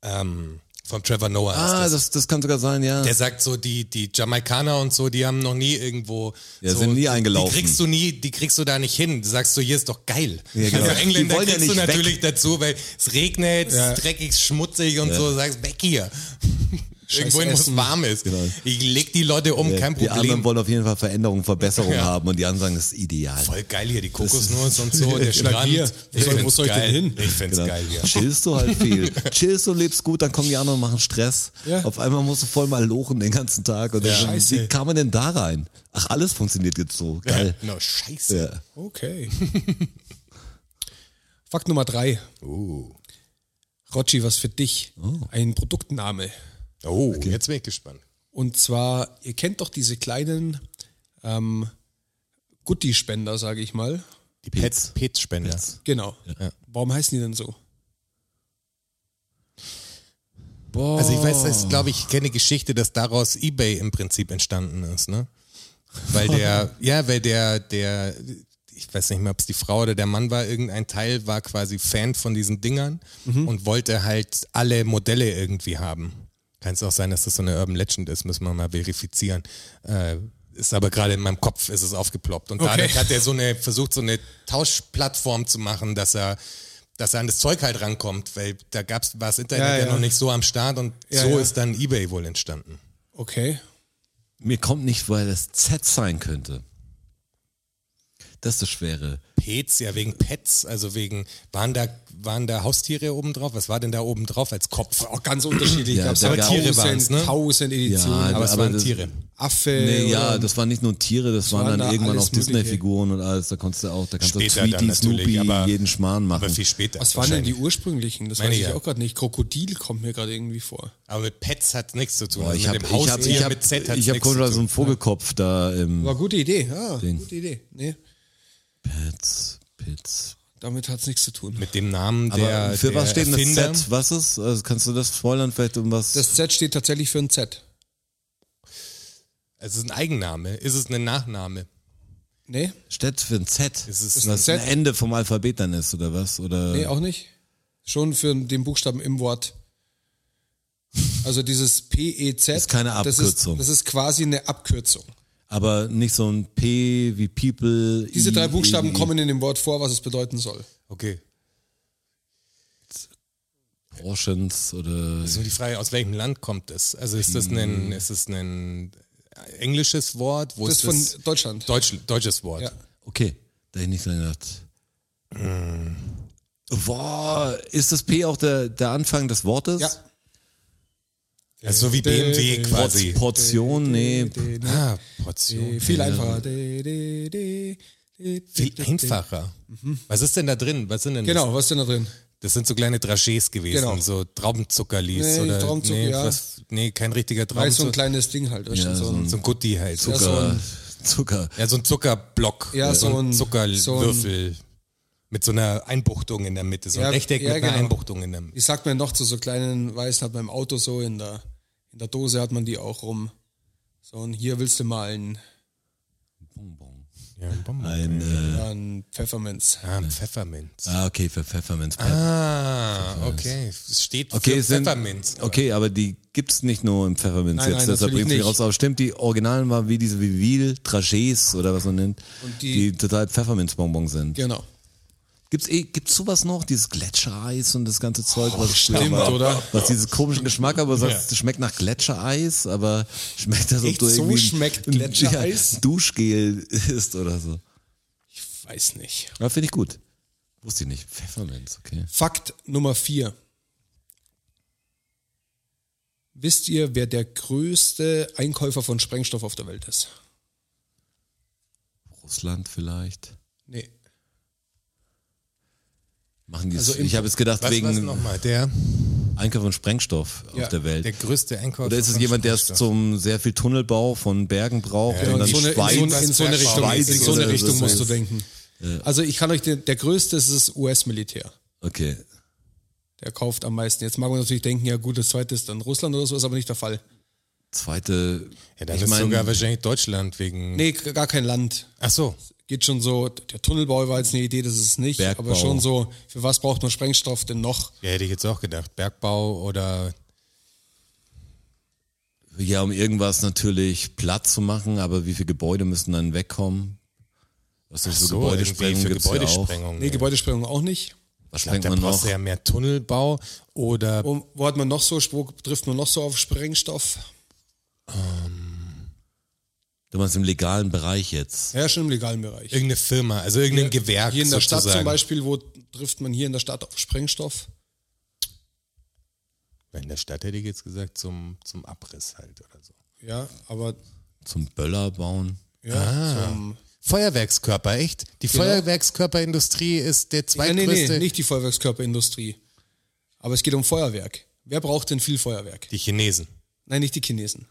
ähm, vom Trevor Noah. ist Ah, das. das, das kann sogar sein, ja. Der sagt so, die, die Jamaikaner und so, die haben noch nie irgendwo. Ja, so, sind nie eingelaufen. Die kriegst du nie, die kriegst du da nicht hin. Du sagst so, hier ist doch geil. Ja, genau. Also Die Engländer wollen ja kriegst du nicht weg. natürlich dazu, weil es regnet, es ist dreckig, schmutzig und so, sagst, weg hier. Scheiß Irgendwohin, wo es Essen. warm ist. Genau. Ich leg die Leute um, kein Die anderen Problem. wollen auf jeden Fall Veränderung, Verbesserung Ja. haben und die anderen sagen, das ist ideal. Voll geil hier, die Kokosnuss und so, der Ich lag Strand. hier. Ich Wo soll- wo find's soll ich denn geil. hin? Ich find's Genau. geil hier. Chillst du halt viel. Chillst du, lebst gut, dann kommen die anderen und machen Stress. Ja. Auf einmal musst du voll mal lochen den ganzen Tag. Und dann, Scheiße. wie kam man denn da rein? Ach, alles funktioniert jetzt so. Geil. Ja, Na, scheiße. Ja. Okay. Fakt Nummer drei. Uh. Rotschi, was für dich? Oh. Ein Produktname. Oh, jetzt bin ich gespannt. Und zwar, ihr kennt doch diese kleinen ähm, Gutti-Spender, sage ich mal. Die Pets. Pets-Spenders. Genau. Warum heißen die denn so? Boah. Also ich weiß, das glaube ich, ich kenne die Geschichte, dass daraus Ebay im Prinzip entstanden ist, ne? Weil der, ja, weil der, der, ich weiß nicht mehr, ob es die Frau oder der Mann war, irgendein Teil war quasi Fan von diesen Dingern und wollte halt alle Modelle irgendwie haben. Kann es auch sein, dass das so eine Urban Legend ist, müssen wir mal verifizieren. Äh, ist aber gerade in meinem Kopf ist es aufgeploppt. Und dadurch hat er so eine, versucht, so eine Tauschplattform zu machen, dass er, dass er an das Zeug halt rankommt, weil da gab's, war das Internet Ja, ja, ja. noch nicht so am Start und Ja, so ja. ist dann Ebay wohl entstanden. Okay. Mir kommt nicht, weil das Z sein könnte. Das ist das Schwere. Pets, ja, wegen Pets, also wegen, waren da, waren da Haustiere oben drauf? Was war denn da oben drauf als Kopf? Auch ganz unterschiedlich. Ja, Gab's da aber gab's- tausend, Tiere waren's, ne? tausend Editionen. Ja, Aber es aber waren das- Tiere. Affe. Nee, ja, oder- das waren nicht nur Tiere, das waren dann waren da irgendwann alles auch Disney-Figuren und alles. Da konntest du auch, da kannst du Später dann Tweety, natürlich, Snoopy, aber- jeden Schmarrn machen. Aber viel später. was waren denn die wahrscheinlich. ursprünglichen? Das Meine weiß ich ja. auch gerade nicht. Krokodil kommt mir gerade irgendwie vor. Aber mit Pets hat nichts zu tun. Boah, also ich mit habe dem ich hab, Haustier ich hab, mit Z hat ich hab nichts zu Konrad so tun. ne? einen Vogelkopf da im War gute Idee. Ah, Den. gute Idee. Nee, Pets, Pets, damit hat's nichts zu tun. Mit dem Namen Aber der für der was steht denn das Erfinder. Z? Was ist? Also kannst du das spoilern vielleicht um was? Das Z steht tatsächlich für ein Z. Es ist ein Eigenname. Ist es ein Nachname? Nee? steht für ein Z. Ist es Dass ein das Z? ein Ende vom Alphabet dann ist oder was? Oder Nee, auch nicht. Schon für den Buchstaben im Wort. Also dieses PEZ. Ist keine Abkürzung. Das ist, das ist quasi eine Abkürzung. aber nicht so ein P wie People. Diese I, drei Buchstaben I, I. kommen in dem Wort vor, was es bedeuten soll. Okay. Portions oder So die Frage, aus welchem Land kommt es? Also ist Hm. das ein, ist das ein englisches Wort? Wo Das ist ist das von Deutschland. Deutsch, deutsches Wort? Ja. okay, da hätte ich nicht dran gedacht. Mm. Boah, ist das P auch der, der Anfang des Wortes? Ja. Also so wie BMW quasi. Portion, nee. Ah, Portion. Viel einfacher. De- de- de- de- Viel de- de- einfacher. Was ist denn da drin? Was sind denn Mhm. Genau, was ist denn da drin? das? Das sind so kleine Dragés gewesen, Genau. so Traubenzuckerlis Nee, oder Traubenzucker, nee, ja. was, nee, kein richtiger Da ist so Traubenzucker. ein kleines Ding halt. weißt du, so ein, So ein Gutti halt. ja, so Zucker. ein, Zucker. Ja, so ein Zuckerblock. Ja, so ein- Zuckerwürfel. mit so einer Einbuchtung in der Mitte. So ein Ja, Rechteck ja, mit einer genau. Einbuchtung in der Mitte. wie sagt man noch zu so kleinen Weißen, hat man im Auto so, in der, in der Dose hat man die auch rum. So und hier willst du mal einen, Bonbon. Ja, ein Bonbon. Ein, äh, einen Pfefferminz. Ah, ein Pfefferminz. ah, okay, für Pfefferminz. Ah, okay. Es steht Okay, für es sind, Pfefferminz. okay, aber die gibt's nicht nur im Pfefferminz Nein, jetzt, nein, deshalb natürlich bringt sie nicht. raus. Aber stimmt, die Originalen waren wie diese Vivil, Tragés oder was man nennt, Und die, die- total Pfefferminzbonbons sind. Genau. Gibt's, eh, gibt's sowas noch, dieses Gletschereis und das ganze Zeug, was es früher Oh, stimmt, war, oder? Was dieses komischen Geschmack, aber sagst, es schmeckt nach Gletschereis, aber schmeckt das, ob Echt, du so irgendwie schmeckt ein- Gletschereis? Ja, Duschgel isst oder so. Ich weiß nicht. Ja, finde ich gut. Wusste ich nicht. Pfefferminz, okay. Fakt Nummer vier. Wisst ihr, wer der größte Einkäufer von Sprengstoff auf der Welt ist? Russland vielleicht. Nee. Machen die Also ich habe jetzt gedacht, Was war wegen nochmal? Der, Einkauf von Sprengstoff Ja, auf der Welt. der größte Einkauf. Oder ist es jemand, der es zum sehr viel Tunnelbau von Bergen braucht Ja, und dann in so eine- in so Schweiz, eine- in so eine Richtung, Schweiz in so eine oder Richtung so. musst du denken. Äh. Also ich kann euch, den, der größte ist das US-Militär. Okay. Der kauft am meisten. Jetzt mag man natürlich denken, ja gut, das zweite ist dann Russland oder so, ist aber nicht der Fall. Zweite. Ja, dann ich ist mein, sogar wahrscheinlich Deutschland wegen. Nee, g- gar kein Land. Ach so. Geht schon so, der Tunnelbau war jetzt eine Idee, das ist es nicht, Bergbau. aber schon so, für was braucht man Sprengstoff denn noch? Ja, hätte ich jetzt auch gedacht. Bergbau oder. ja, um irgendwas natürlich platt zu machen, aber wie viele Gebäude müssen dann wegkommen? Was ist so, irgendwie Gebäudesprengung für gibt's ja auch. Gebäudesprengung. Nee, Gebäudesprengung auch nicht. Was Ich glaub, sprengt da man noch? brauchst du ja mehr Tunnelbau oder Wo, wo hat man noch so, wo trifft man noch so auf Sprengstoff? Du meinst im legalen Bereich jetzt. Ja, schon im legalen Bereich. irgendeine Firma, also irgendein Gewerk Hier in der sozusagen. Stadt zum Beispiel, wo trifft man hier in der Stadt auf Sprengstoff? In der Stadt hätte ich jetzt gesagt, zum, zum Abriss halt oder so. Ja, aber ähm, Zum Böller bauen. ja, zum, Feuerwerkskörper, echt? Die Genau. Feuerwerkskörperindustrie ist der ja nee, zweitgrößte. nee, nicht die Feuerwerkskörperindustrie. Aber es geht um Feuerwerk. Wer braucht denn viel Feuerwerk? Die Chinesen. Nein, nicht die Chinesen.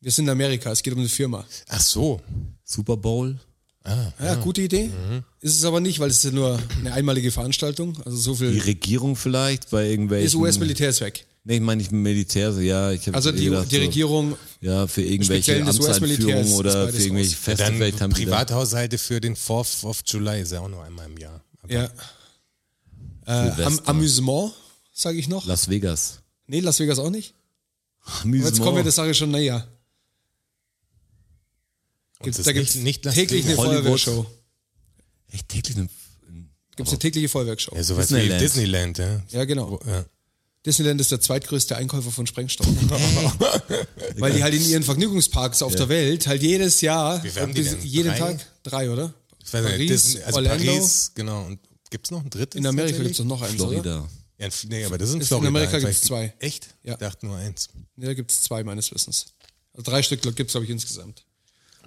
Wir sind in Amerika, es geht um eine Firma. Ach so. Super Bowl. Ja, gute Idee. Mhm. Ist es aber nicht, weil es ist ja nur eine einmalige Veranstaltung. Also so Die viel Regierung vielleicht bei irgendwelchen. ist US-Militär ist weg. Nee, ich meine nicht Militär, so, ja. Ich hab Also eh die, gedacht, die so, Regierung, Ja, für irgendwelche Speziell des US-Militärs Amtseinführungen ist oder beides für irgendwelche raus. Ja, Feste. dann vielleicht haben die da- Privathaushalte für den 4th of July ist ja auch nur einmal im Jahr. Aber ja. Äh, Am Silvester. Amüsement, sage ich noch. Las Vegas. nee, Las Vegas auch nicht. Aber Amüsement. Jetzt kommen wir der Sache schon näher. Gibt's, das da ist gibt's nicht- nicht Las täglich eine Vegas. Hollywood. Feuerwerksshow. Echt täglich eine. Gibt's Oh. eine tägliche Feuerwerksshow. Ja, sowas Disneyland. wie Disneyland, ja. Ja, genau. ja. Disneyland ist der zweitgrößte Einkäufer von Sprengstoff. Weil die halt in ihren Vergnügungsparks auf der Welt halt jedes Jahr, Wie werden die bis- denn? jeden Drei? Tag, drei, oder? Ich weiß nicht, Paris, Disney, also Orlando. Paris, genau. Und gibt's noch einen dritten? In Amerika gibt's doch noch eins, oder? Florida. Ja, in- nee, aber das ist in Ist- in Florida. Amerika Vielleicht- gibt's zwei. Echt? Ja. Ich dachte nur eins. Ja, da gibt's zwei meines Wissens. Also drei Stück gibt's glaube ich, insgesamt.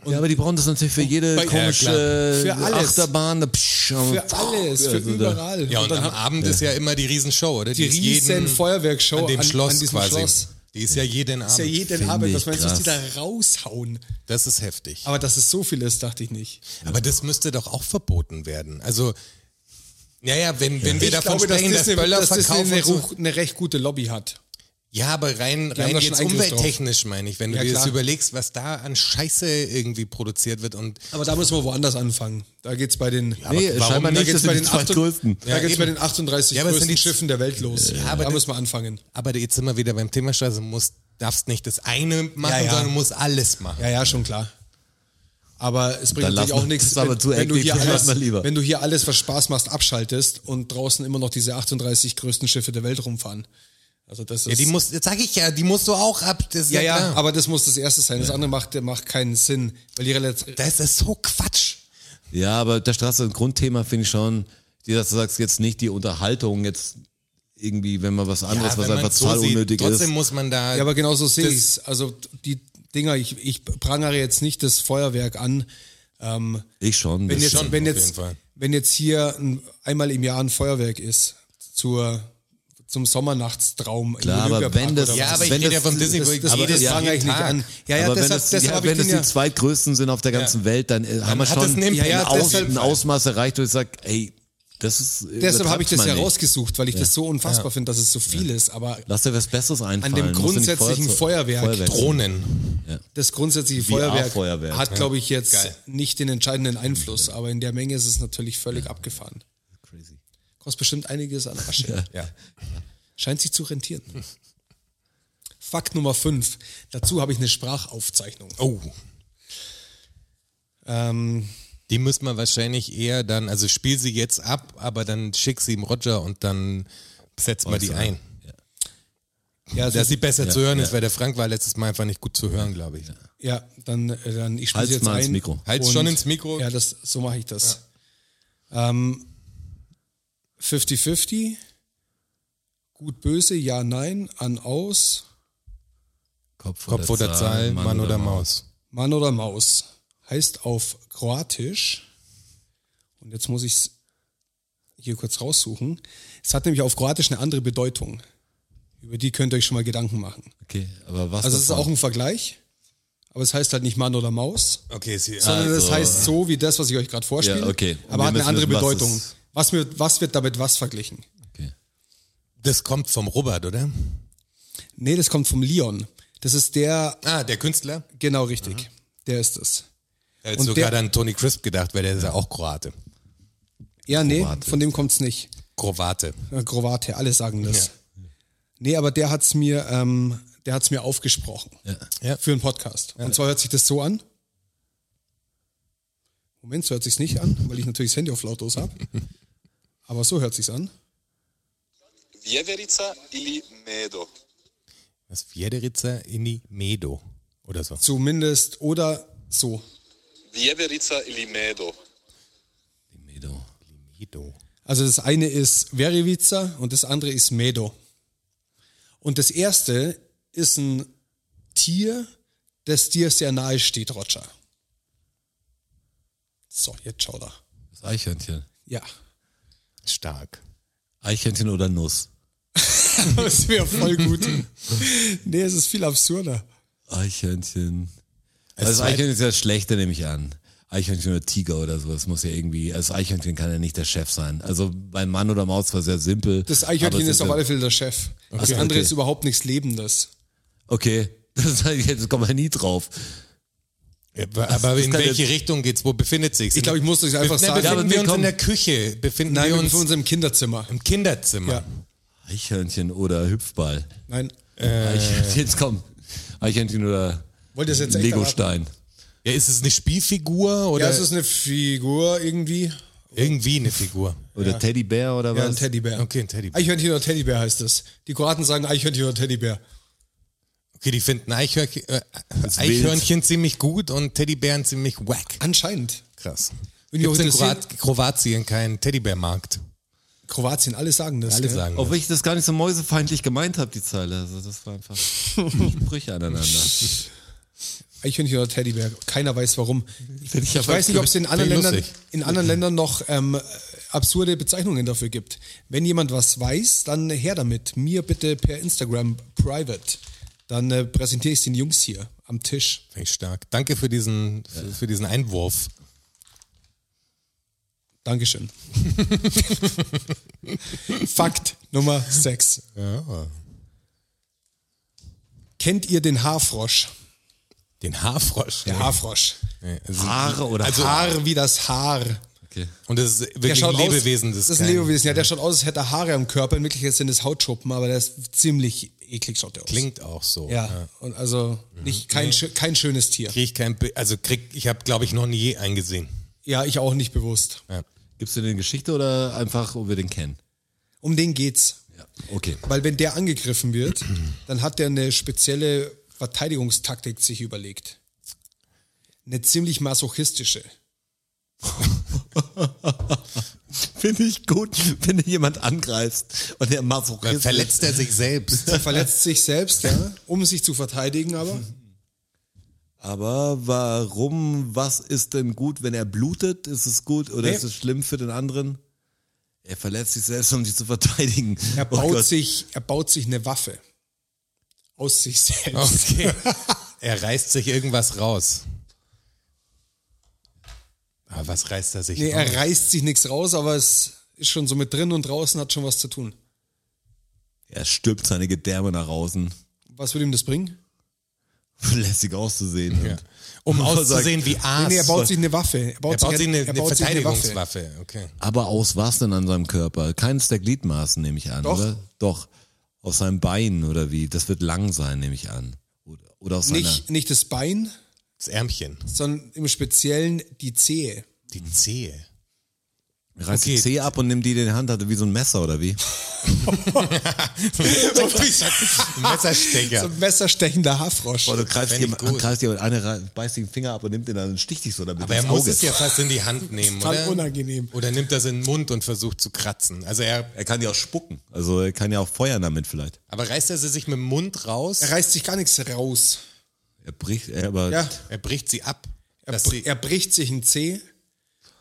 ja, aber die brauchen das natürlich für jede Oh, Bei- komische Ja, klar. Für alles. Achterbahn. Da, psch, Also Für alles, für überall. Ja, und, am Abend ist ja immer die Riesenshow, oder? die ist riesen jeden- Feuerwerksshow an dem Schloss an diesem quasi. Schloss. Die ist ja jeden Abend. Ist ja jeden Finde Abend, was ich meinst du, was die da krass. raushauen? das ist heftig. Aber dass es so viel ist, dachte ich nicht. Aber das müsste doch auch verboten werden. Also, naja, wenn, wenn wir ich davon glaube, dass sprechen, dass, Disney, Böller dass Disney verkaufen eine, und so, ruch- eine recht gute Lobby hat. Ja, aber rein, haben rein da schon jetzt Eingriff drauf. umwelttechnisch meine ich, wenn du Ja, dir das klar. überlegst, was da an Scheiße irgendwie produziert wird und Aber da müssen wir woanders anfangen. Da geht's bei den, Nee, warum- scheinbar da nicht. Das geht's bei sind die den, acht- zweitgrößten. da geht's eben. bei den 38 Ja, aber es sind größten die- Schiffen der Welt los. aber da das- müssen wir anfangen. aber jetzt sind wir wieder beim Thema Scheiße, du musst, darfst nicht das eine machen, Ja, ja. sondern du musst alles machen. Ja, ja, schon klar. Aber es bringt Dann natürlich lass auch mal- das nichts, ist aber wenn, zu wenn, du hektisch, hier dann lass alles, mal lieber. wenn du hier alles, was Spaß macht, abschaltest und draußen immer noch diese 38 größten Schiffe der Welt rumfahren. Also das ist Ja, die musst, jetzt sag ich ja, die musst du auch ab. Das ist ja, ja, klar. aber das muss das Erste sein. Das andere macht, macht keinen Sinn, weil die Relation das ist so Quatsch. Ja, aber der Straße ein Grundthema finde ich schon, die, dass du sagst, jetzt nicht die Unterhaltung, jetzt irgendwie, wenn man was anderes, was wenn man einfach es total sieht, unnötig trotzdem ist. muss man da. Ja, aber genauso sehe ich es. Also die Dinger, ich, ich prangere jetzt nicht das Feuerwerk an. ähm, Ich schon. Wenn das jetzt, schon. wenn auf jetzt, jeden Fall. wenn jetzt hier ein, einmal im Jahr ein Feuerwerk ist zur, zum Sommernachtstraum Klar, aber Olympiapark wenn das- oder ja, was. aber ich wenn rede ja das- vom Disney, das- wo ich das- jedes das Jahr fange ich nicht Tag. an. Ja, ja, aber wenn deshalb, das, deshalb ja, habe ich wenn das den ja, die zweitgrößten sind auf der ganzen Welt, dann, äh, haben wir hat das schon einen Impact. ein, Ja, Aus, deshalb- ein Ausmaß erreicht, wo ich sage, ey, das ist. deshalb habe ich übertreibt's das ja mal nicht. rausgesucht, weil ich das so unfassbar finde, dass es so viel ist. Aber Lass dir was Besseres an einfallen. dem Muss nicht grundsätzlichen Feuerzeug- Feuerwerk, sein. Drohnen. das grundsätzliche VR Feuerwerk, Feuerwerk, hat, ja. glaube ich, jetzt Geil. nicht den entscheidenden Einfluss. Aber in der Menge ist es natürlich völlig abgefahren. Crazy. Kostet bestimmt einiges an Asche. Ja. Scheint sich zu rentieren. Fakt Nummer 5. Dazu habe ich eine Sprachaufzeichnung. Oh, Ähm, die müssen wir wahrscheinlich eher dann, also spiel sie jetzt ab, aber dann schick sie ihm Roger und dann setzt mal die ein. ja, Dass das, sie besser zu hören ja. ist, weil der Frank war letztes Mal einfach nicht gut zu hören, glaube ich. ja dann, äh, dann ich spiele Halt's jetzt mal ein. ins Mikro. Halt's und- schon ins Mikro. Ja, das, so mache ich das. Ähm, 50-50. Gut, böse, ja, nein, an, aus, Kopf, Kopf oder Zahl, Mann, oder Maus. Mann oder Maus. Heißt auf Kroatisch, und jetzt muss ich es hier kurz raussuchen, es hat nämlich auf Kroatisch eine andere Bedeutung. Über die könnt ihr euch schon mal Gedanken machen. Okay, aber was? Also es ist davon? auch ein Vergleich, aber es heißt halt nicht Mann oder Maus, Okay, sie, sondern Also- das heißt so wie das, was ich euch gerade vorspiele, Ja, okay. Und aber wir hat eine müssen andere wissen, was Bedeutung. das- Was, wird, was wird damit was verglichen? Okay. das kommt vom Robert, oder? Nee, das kommt vom Leon. Das ist der, Ah, der Künstler? genau richtig, der ist es. Da hätte Und sogar der- an Tony Crisp gedacht, weil der ist ja auch Kroate. Ja, nee, Kroatisch. von dem kommt's nicht. Krovate. Äh, Grovate, alle sagen das. Nee, aber der hat's mir, ähm, der hat's mir aufgesprochen. Ja. Für einen Podcast. Und zwar hört sich das so an. Moment, so hört sich's nicht an, weil ich natürlich das Handy auf lautlos hab. Aber so hört sich's an. Vjeverica ili Medo. Das Fjederitzer in Medo oder so. Zumindest oder so. Vjeverica ili Medo. Medo. Medo. Also das eine ist Verivica und das andere ist Medo. Und das erste ist ein Tier, das dir sehr nahe steht, Roger. So, jetzt schau da. Das Eichhörnchen. Ja. Stark. Eichhörnchen oder Nuss? Das wäre voll gut. nee, es ist viel absurder. Eichhörnchen. Also das Eichhörnchen ist ja das Schlechte, nehme ich an. Eichhörnchen oder Tiger oder so, das muss ja irgendwie, also das Eichhörnchen kann ja nicht der Chef sein. Also bei Mann oder Maus war sehr simpel. Das aber Eichhörnchen es ist auf ja- alle Fälle der Chef. Das Okay, andere okay. ist überhaupt nichts Lebendes. Okay, das, jetzt kommt man nie drauf. Aber, Äh, aber in kann welche jetzt- Richtung geht's? Wo befindet sich's? Ich glaube, ich muss das einfach Nein, sagen. Ja, aber befinden wir wir uns in kommen- der Küche? Befinden Nein, wir wir uns uns im Kinderzimmer. im Kinderzimmer? Ja. Eichhörnchen oder Hüpfball. Nein. Äh, Eichhörnchen, jetzt komm. Eichhörnchen oder Wollt ihr es jetzt echt erraten? Legostein. Ja, ist es eine Spielfigur oder Ja, es ist eine Figur irgendwie. irgendwie eine Figur? Oder Teddybär oder Ja, ein was? Teddybär. Okay, ein Teddybär. Eichhörnchen oder Teddybär heißt es. Die Kroaten sagen Eichhörnchen oder Teddybär. Okay, die finden Eichhörnchen, äh, Eichhörnchen ziemlich gut und Teddybären ziemlich wack. Anscheinend. Krass. Bin ich auch Gibt in interessiert. Kroat Kroatien keinen Teddybärmarkt? Kroatien, alle sagen das. Alle gell? sagen das. Obwohl ich das gar nicht so mäusefeindlich gemeint habe, die Zeile. Also das war einfach Sprüche aneinander. Eichhörnchen oder Teddybär. Keiner weiß warum. Finde ich Ich weiß nicht, ob es in anderen Klingt Ländern, lustig. in anderen Ländern noch ähm, absurde Bezeichnungen dafür gibt. Wenn jemand was weiß, dann her damit. Mir bitte per Instagram private. Dann äh, präsentiere ich es den Jungs hier am Tisch. Finde ich stark. Danke für diesen, für, für diesen Einwurf. Dankeschön. Fakt Nummer 6. Kennt ihr den Haarfrosch? Den Haarfrosch. Der Haarfrosch. Nee, also- Haare oder Also Haar wie das Haar. Okay. Und das ist Der wirklich ein schaut aus- Lebewesen. Das ist ein kein- Lebewesen, ja. Der schaut aus, als hätte er Haare am Körper. In Wirklichkeit sind es Hautschuppen, aber der ist ziemlich eklig, schaut der aus. Klingt Mhm. auch so. Ja, und also nicht, kein, schö- kein schönes Tier. Krieg ich kein, Bi- also krieg, ich habe, glaube ich, noch nie einen gesehen. Ja, ich auch nicht bewusst. Gibst du den eine Geschichte oder einfach, ob wir den kennen? Um den geht's. Ja. Okay. Weil wenn der angegriffen wird, dann hat der eine spezielle Verteidigungstaktik sich überlegt. Eine ziemlich masochistische. Finde ich gut, wenn du jemand angreifst und der Dann Masochist verletzt er sich selbst. Er verletzt sich selbst, ja, um sich zu verteidigen, aber Aber warum, was ist denn gut, wenn er blutet? Ist es gut oder Nee. ist es schlimm für den anderen? Er verletzt sich selbst, um sich zu verteidigen. er Oh baut, Gott. sich, er baut sich eine Waffe. Aus sich selbst. Okay. er reißt sich irgendwas raus. Aber was reißt er sich Nee, raus? er reißt sich nichts raus, aber es ist schon so mit drin und draußen hat schon was zu tun. Er stülpt seine Gedärme nach außen, Was würde ihm das bringen? um lässig auszusehen. Ja. Und Um Und er auszusehen sagt, wie Aas. Nee, er baut sich eine Waffe. Er baut, er baut sich eine, er eine baut sich eine Waffe. Verteidigungswaffe. Okay. Aber aus was denn an seinem Körper? Keines der Gliedmaßen, nehme ich an, Doch. oder? Doch. Aus seinem Bein oder wie? Das wird lang sein, nehme ich an. Oder, oder aus seiner... Nicht, nicht das Bein, Das Ärmchen. sondern im Speziellen die Zehe. Die Zehe. Reiß Okay. die Zehe ab und nimm die in die Hand, hatte wie so ein Messer oder wie? Ein So Messerstecher. ein messerstechender Haarfrosch. Boah, du greifst Fänd ich jemand- gut. greifst jemand eine, rein, beißt den Finger ab und nimmt den dann und sticht dich so damit. Aber er ins muss Auge. es ja fast in die Hand nehmen, Total oder? unangenehm. Oder nimmt das in den Mund und versucht zu kratzen. Also er, Er kann ja auch spucken. Also er kann ja auch feuern damit vielleicht. aber reißt er sie sich mit dem Mund raus? Er reißt sich gar nichts raus. Er bricht, er aber Ja, Er bricht sie ab. er, dass br- sie, er bricht sich einen Zeh,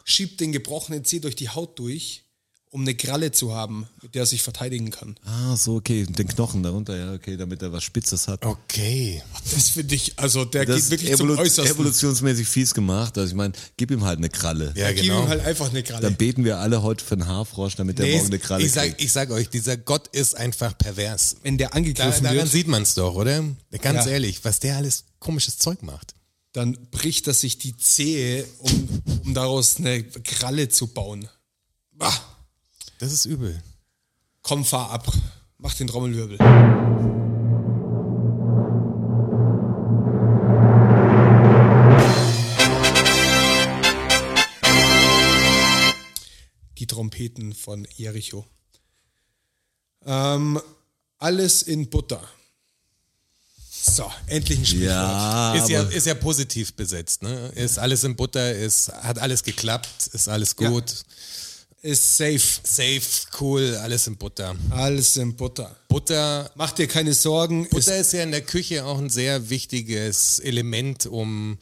schiebt den gebrochenen Zeh durch die Haut durch, um eine Kralle zu haben, mit der er sich verteidigen kann. ah so okay, den Knochen darunter, ja okay, damit er was Spitzes hat. okay. Das finde ich, also der Das geht wirklich ist zum evolu- Äußersten. evolutionsmäßig fies gemacht. Also ich meine, gib ihm halt eine Kralle. Ja, Gib genau. ihm halt einfach eine Kralle. Dann beten wir alle heute für einen Haarfrosch, damit der Nee, morgen eine Kralle ich, sag, kriegt. ich sag euch, dieser Gott ist einfach pervers. Wenn der Da, angegriffen daran wird, sieht man es doch, oder? Ganz Ja. ehrlich, was der alles komisches Zeug macht. dann bricht er sich die Zehe, um, um daraus eine Kralle zu bauen. Bah, Das ist übel. komm, fahr ab. Mach den Trommelwirbel. Die Trompeten von Jericho. Ähm, alles in Butter. So, endlich ein Sprichwort. Ja, Ist ja, Ah, aber, ist ja positiv besetzt, ne? Ist alles in Butter, ist, hat alles geklappt, ist alles Ja. gut, Ist safe. safe, cool, alles in Butter. Alles in Butter. Butter, Mach dir keine Sorgen. Ist, Butter ist ja in der Küche auch ein sehr wichtiges Element, um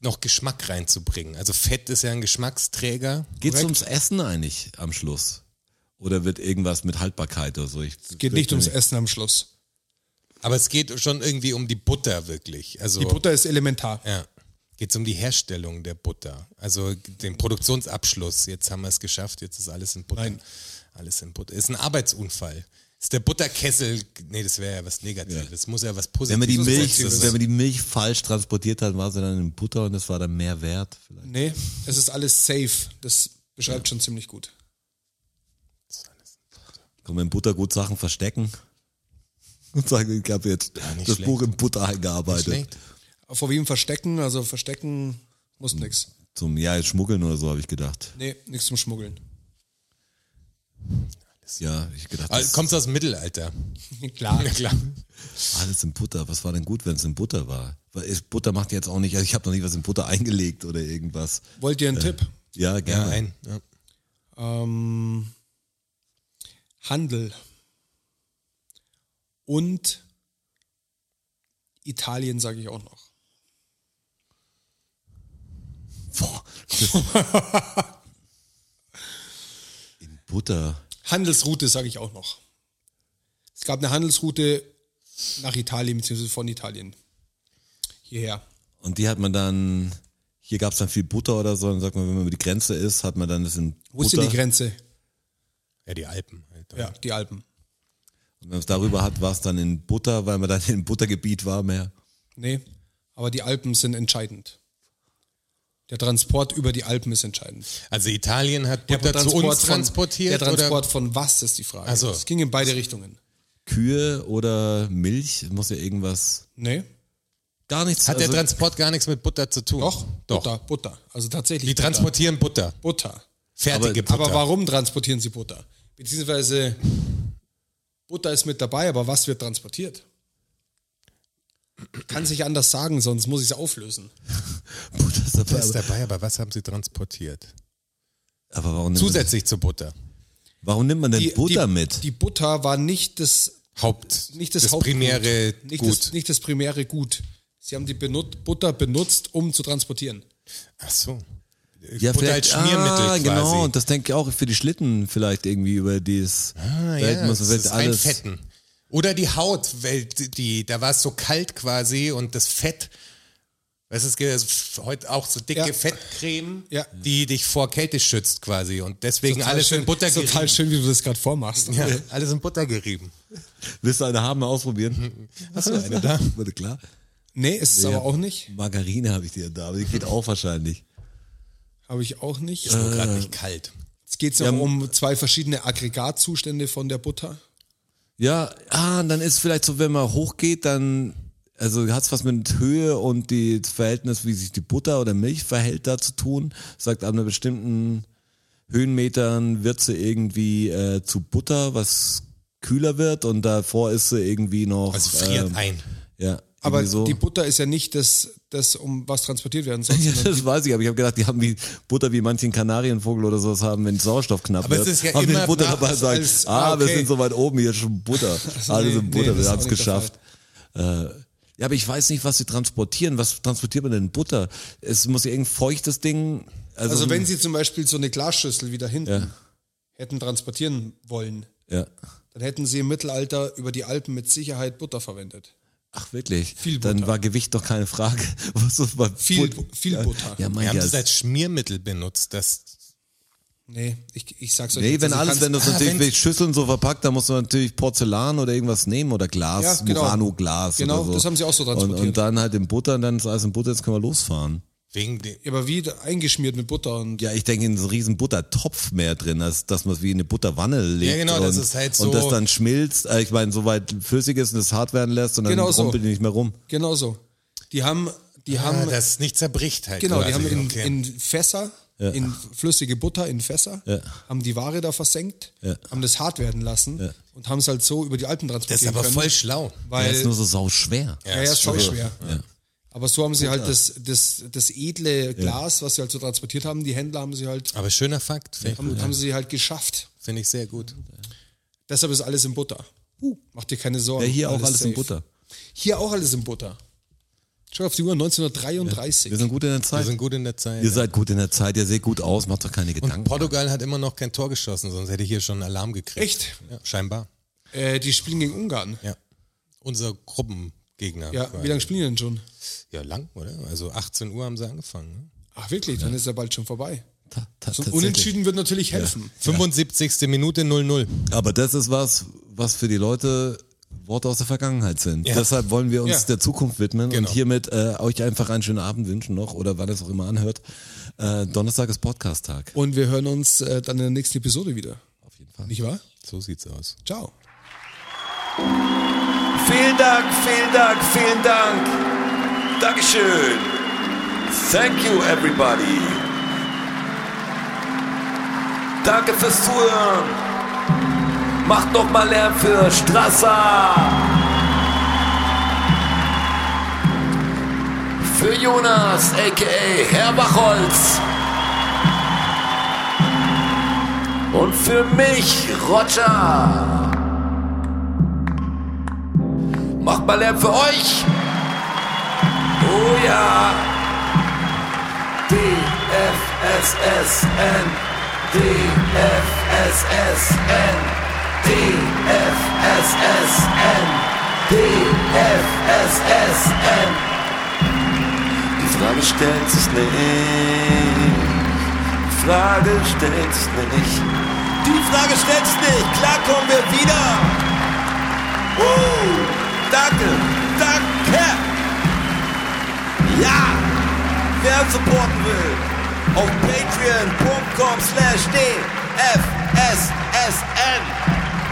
noch Geschmack reinzubringen. Also Fett ist ja ein Geschmacksträger. geht's ums Essen eigentlich am Schluss? Oder wird irgendwas mit Haltbarkeit oder so? Ich, geht nicht ums Essen am Schluss. Aber es geht schon irgendwie um die Butter wirklich. Also, Die Butter ist elementar. Ja. Geht es um die Herstellung der Butter. Also den Produktionsabschluss. Jetzt haben wir es geschafft, jetzt ist alles in Butter. Nein. Alles in Butter. Ist ein Arbeitsunfall. Ist der Butterkessel, nee, das wäre ja was Negatives. Muss ja was Wenn man, die Positives Milch, sein. wenn man die Milch falsch transportiert hat, war sie dann in Butter und das war dann mehr wert. Vielleicht. Nee, es ist alles safe. Das beschreibt schon ziemlich gut. Kann man in Butter gut Sachen verstecken und sagen, ich habe jetzt nicht das schlecht. Buch in Butter eingearbeitet. Schlecht. Vor wem verstecken? Also verstecken muss nix. Zum ja, jetzt schmuggeln oder so, habe ich gedacht. Nee, nichts zum Schmuggeln. Ja, ich hab gedacht, das Also, kommt's aus dem Mittelalter. Klar. Na klar. ist alles in Butter. Was war denn gut, wenn es in Butter war? Weil es- Butter macht jetzt auch nicht, also ich habe noch nicht was in Butter eingelegt oder irgendwas. Wollt ihr einen Tipp? Ja, Ja, gerne. ein. Ja. Ähm, Handel und Italien sage ich auch noch. Boah. in Butter. Handelsroute sage ich auch noch. Es gab eine Handelsroute nach Italien beziehungsweise von Italien hierher. Und die hat man dann, hier gab es dann viel Butter oder so, dann sagt man, wenn man über die Grenze ist, hat man dann das in Wo ist Butter. denn die Grenze? ja, die Alpen. Halt. Ja, die Alpen. Und wenn man es darüber hat, war es dann in Butter, weil man dann im Buttergebiet war mehr. Nee, aber die Alpen sind entscheidend. Der Transport über die Alpen ist entscheidend. Also Italien hat Butter zu Transport uns transportiert. Von, der Transport von was ist die Frage. Ach so. Es ging in beide Richtungen. Kühe oder Milch, muss ja irgendwas, Nee, gar nichts. oder hat der also, Transport gar nichts mit Butter zu tun? doch, Doch. Butter, Butter. Also tatsächlich. Die transportieren Butter. Butter. Fertige Butter. Butter. Aber warum transportieren sie Butter? Beziehungsweise Butter ist mit dabei, aber was wird transportiert? Kann sich anders sagen, sonst muss ich es auflösen. Butter ist Butter dabei, Hm. ist aber, dabei, aber was haben sie transportiert? aber warum, nimmt man, Zusätzlich zu Butter. warum nimmt man denn Die- Butter die, mit? Die Butter war nicht das Haupt. nicht das, das Hauptgut. primäre nicht Gut. Das, nicht das primäre Gut. Sie haben die benut Butter benutzt, um zu transportieren. Ach so. ja, Butter vielleicht als Schmiermittel ah, quasi. genau, und das denke ich auch für die Schlitten vielleicht irgendwie über dieses Ah, vielleicht ja, muss man das ist vielleicht alles Einfetten. Oder die Haut, weil die, da war es so kalt quasi und das Fett, weißt du, es gibt ja so- heute auch so dicke Ja. Fettcreme, Ja. die dich vor Kälte schützt quasi und deswegen alles in Butter gerieben. Total schön, wie du das gerade vormachst. Ja, alles in Butter gerieben. Willst du eine haben, mal ausprobieren? Hast du eine da? Wurde klar. Nee, ist es Ja. aber auch nicht. Margarine habe ich dir da, aber die geht auch wahrscheinlich. Habe ich auch nicht. Ist nur gerade nicht kalt. Jetzt geht es ja um zwei verschiedene Aggregatzustände von der Butter. Ja, ah, und dann ist vielleicht so, wenn man hochgeht, dann, also hat's was mit Höhe und die, das Verhältnis, wie sich die Butter oder Milch verhält, da zu tun. Sagt, ab einer bestimmten Höhenmetern wird sie irgendwie äh, zu Butter, was kühler wird und davor ist sie irgendwie noch. Also friert ähm, ein. Ja, Aber irgendwie so. die Butter ist ja nicht das, das, um was transportiert werden soll. ja, sondern das weiß ich, aber ich habe gedacht, die haben wie Butter wie manchen Kanarienvogel oder sowas haben, wenn Sauerstoff knapp Aber es wird. ist ja haben die immer Butter nach- dabei und sagen, als- ah, ah, wir okay. sind so weit oben, hier ist schon Butter. Alles nee, in Butter, nee, das wir ist haben's auch nicht der geschafft. Äh, ja, aber ich weiß nicht, was sie transportieren. Was transportiert man denn Butter? Es muss ja irgendein feuchtes Ding. Also, Also wenn sie zum Beispiel so eine Glasschüssel wieder hinten Ja. hätten transportieren wollen, Ja. dann hätten sie im Mittelalter über die Alpen mit Sicherheit Butter verwendet. Ach wirklich? Viel Dann Butter. war Gewicht doch keine Frage. Was ist bei Viel, But- viel Butter. Ja, Wir mein haben das Gott. als Schmiermittel benutzt. Das, Nee, ich, ich sag's euch Nee, jetzt, wenn also alles, kannst- wenn du es ah, natürlich wenn's- mit Schüsseln so verpackt, dann musst du natürlich Porzellan oder irgendwas nehmen oder Glas, Ja, genau. Murano-Glas. Genau, oder so. das haben sie auch so und, transportiert. und dann halt in Butter und dann ist alles in Butter, jetzt können wir losfahren. wegen dem, Ja, aber wie da- eingeschmiert mit Butter und Ja, ich denke, in so einem riesen Buttertopf mehr drin, als dass man es wie in eine Butterwanne legt. genau, und, das ist halt so- Und das dann schmilzt, äh, ich meine, soweit flüssig ist und es hart werden lässt und dann Genau so. rumpelt die nicht mehr rum. genau so. Die haben, die ah, haben, das nicht zerbricht halt. genau, die quasi. haben in, Okay. in Fässer in flüssige Butter, in Fässer, Ja. haben die Ware da versenkt, haben das hart werden lassen und haben es halt so über die Alpen transportieren Das ist aber können. voll schlau. Der ist weil, nur so sau schwer. ja, ja, ist schon Also, schwer. Ja. Aber so haben sie halt das, das, das edle Glas, was sie halt so transportiert haben, die Händler haben sie halt, Aber schöner Fakt, finde haben, haben sie halt geschafft. find ich sehr gut. Deshalb ist alles in Butter. Mach dir keine Sorgen. Ja, hier auch alles in safe. Butter. Hier auch alles in Butter. Schau auf die Uhr, 1933. Wir sind gut in der Wir Zeit. sind gut in der Zeit. Ihr seid gut in der Zeit, ihr seht gut aus, macht doch keine Und Gedanken. Portugal hat immer noch kein Tor geschossen, sonst hätte ich hier schon einen Alarm gekriegt. Echt? Ja, scheinbar. Äh, die spielen gegen Ungarn. Ja. Unser Gruppengegner. Ja, quasi. wie lange spielen die denn schon? Ja, lang, oder? Also 18 Uhr haben sie angefangen. Ne? Ach wirklich, dann ist ja bald schon vorbei. Ta- ta- So ein tatsächlich. Unentschieden wird natürlich helfen. 75. Minute 0-0. Aber das ist was, was für die Leute Worte aus der Vergangenheit sind. Deshalb wollen wir uns Ja. der Zukunft widmen Genau. und hiermit äh, euch einfach einen schönen Abend wünschen noch oder wann es auch immer anhört. Äh, Donnerstag ist Podcast-Tag. Und wir hören uns äh, dann in der nächsten Episode wieder. Auf jeden Fall. Nicht wahr? So sieht's aus. Ciao. Vielen Dank, vielen Dank, vielen Dank. Dankeschön. Thank you, everybody. Danke fürs Zuhören. Macht noch mal Lärm für Strasser. Für Jonas, a.k.a. Herr Bachholz. Und für mich, Roger. Macht mal Lärm für euch. Oh ja. DFSSN. DFSSN. DFSSN. DFSSN. Die Frage stellt sich nicht. Die Frage stellt sich nicht. Die Frage stellt sich nicht. Klar kommen wir wieder. Uh, danke, danke. Ja, wer uns supporten will, auf patreon.com slash dfssn.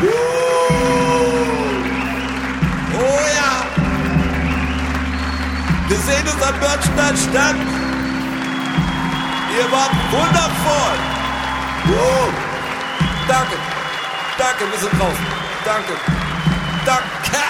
Uh, oh ja. Wir sehen uns am Börnstein statt. Ihr wart wundervoll. Uh, danke, danke, wir sind draußen. Danke. Danke.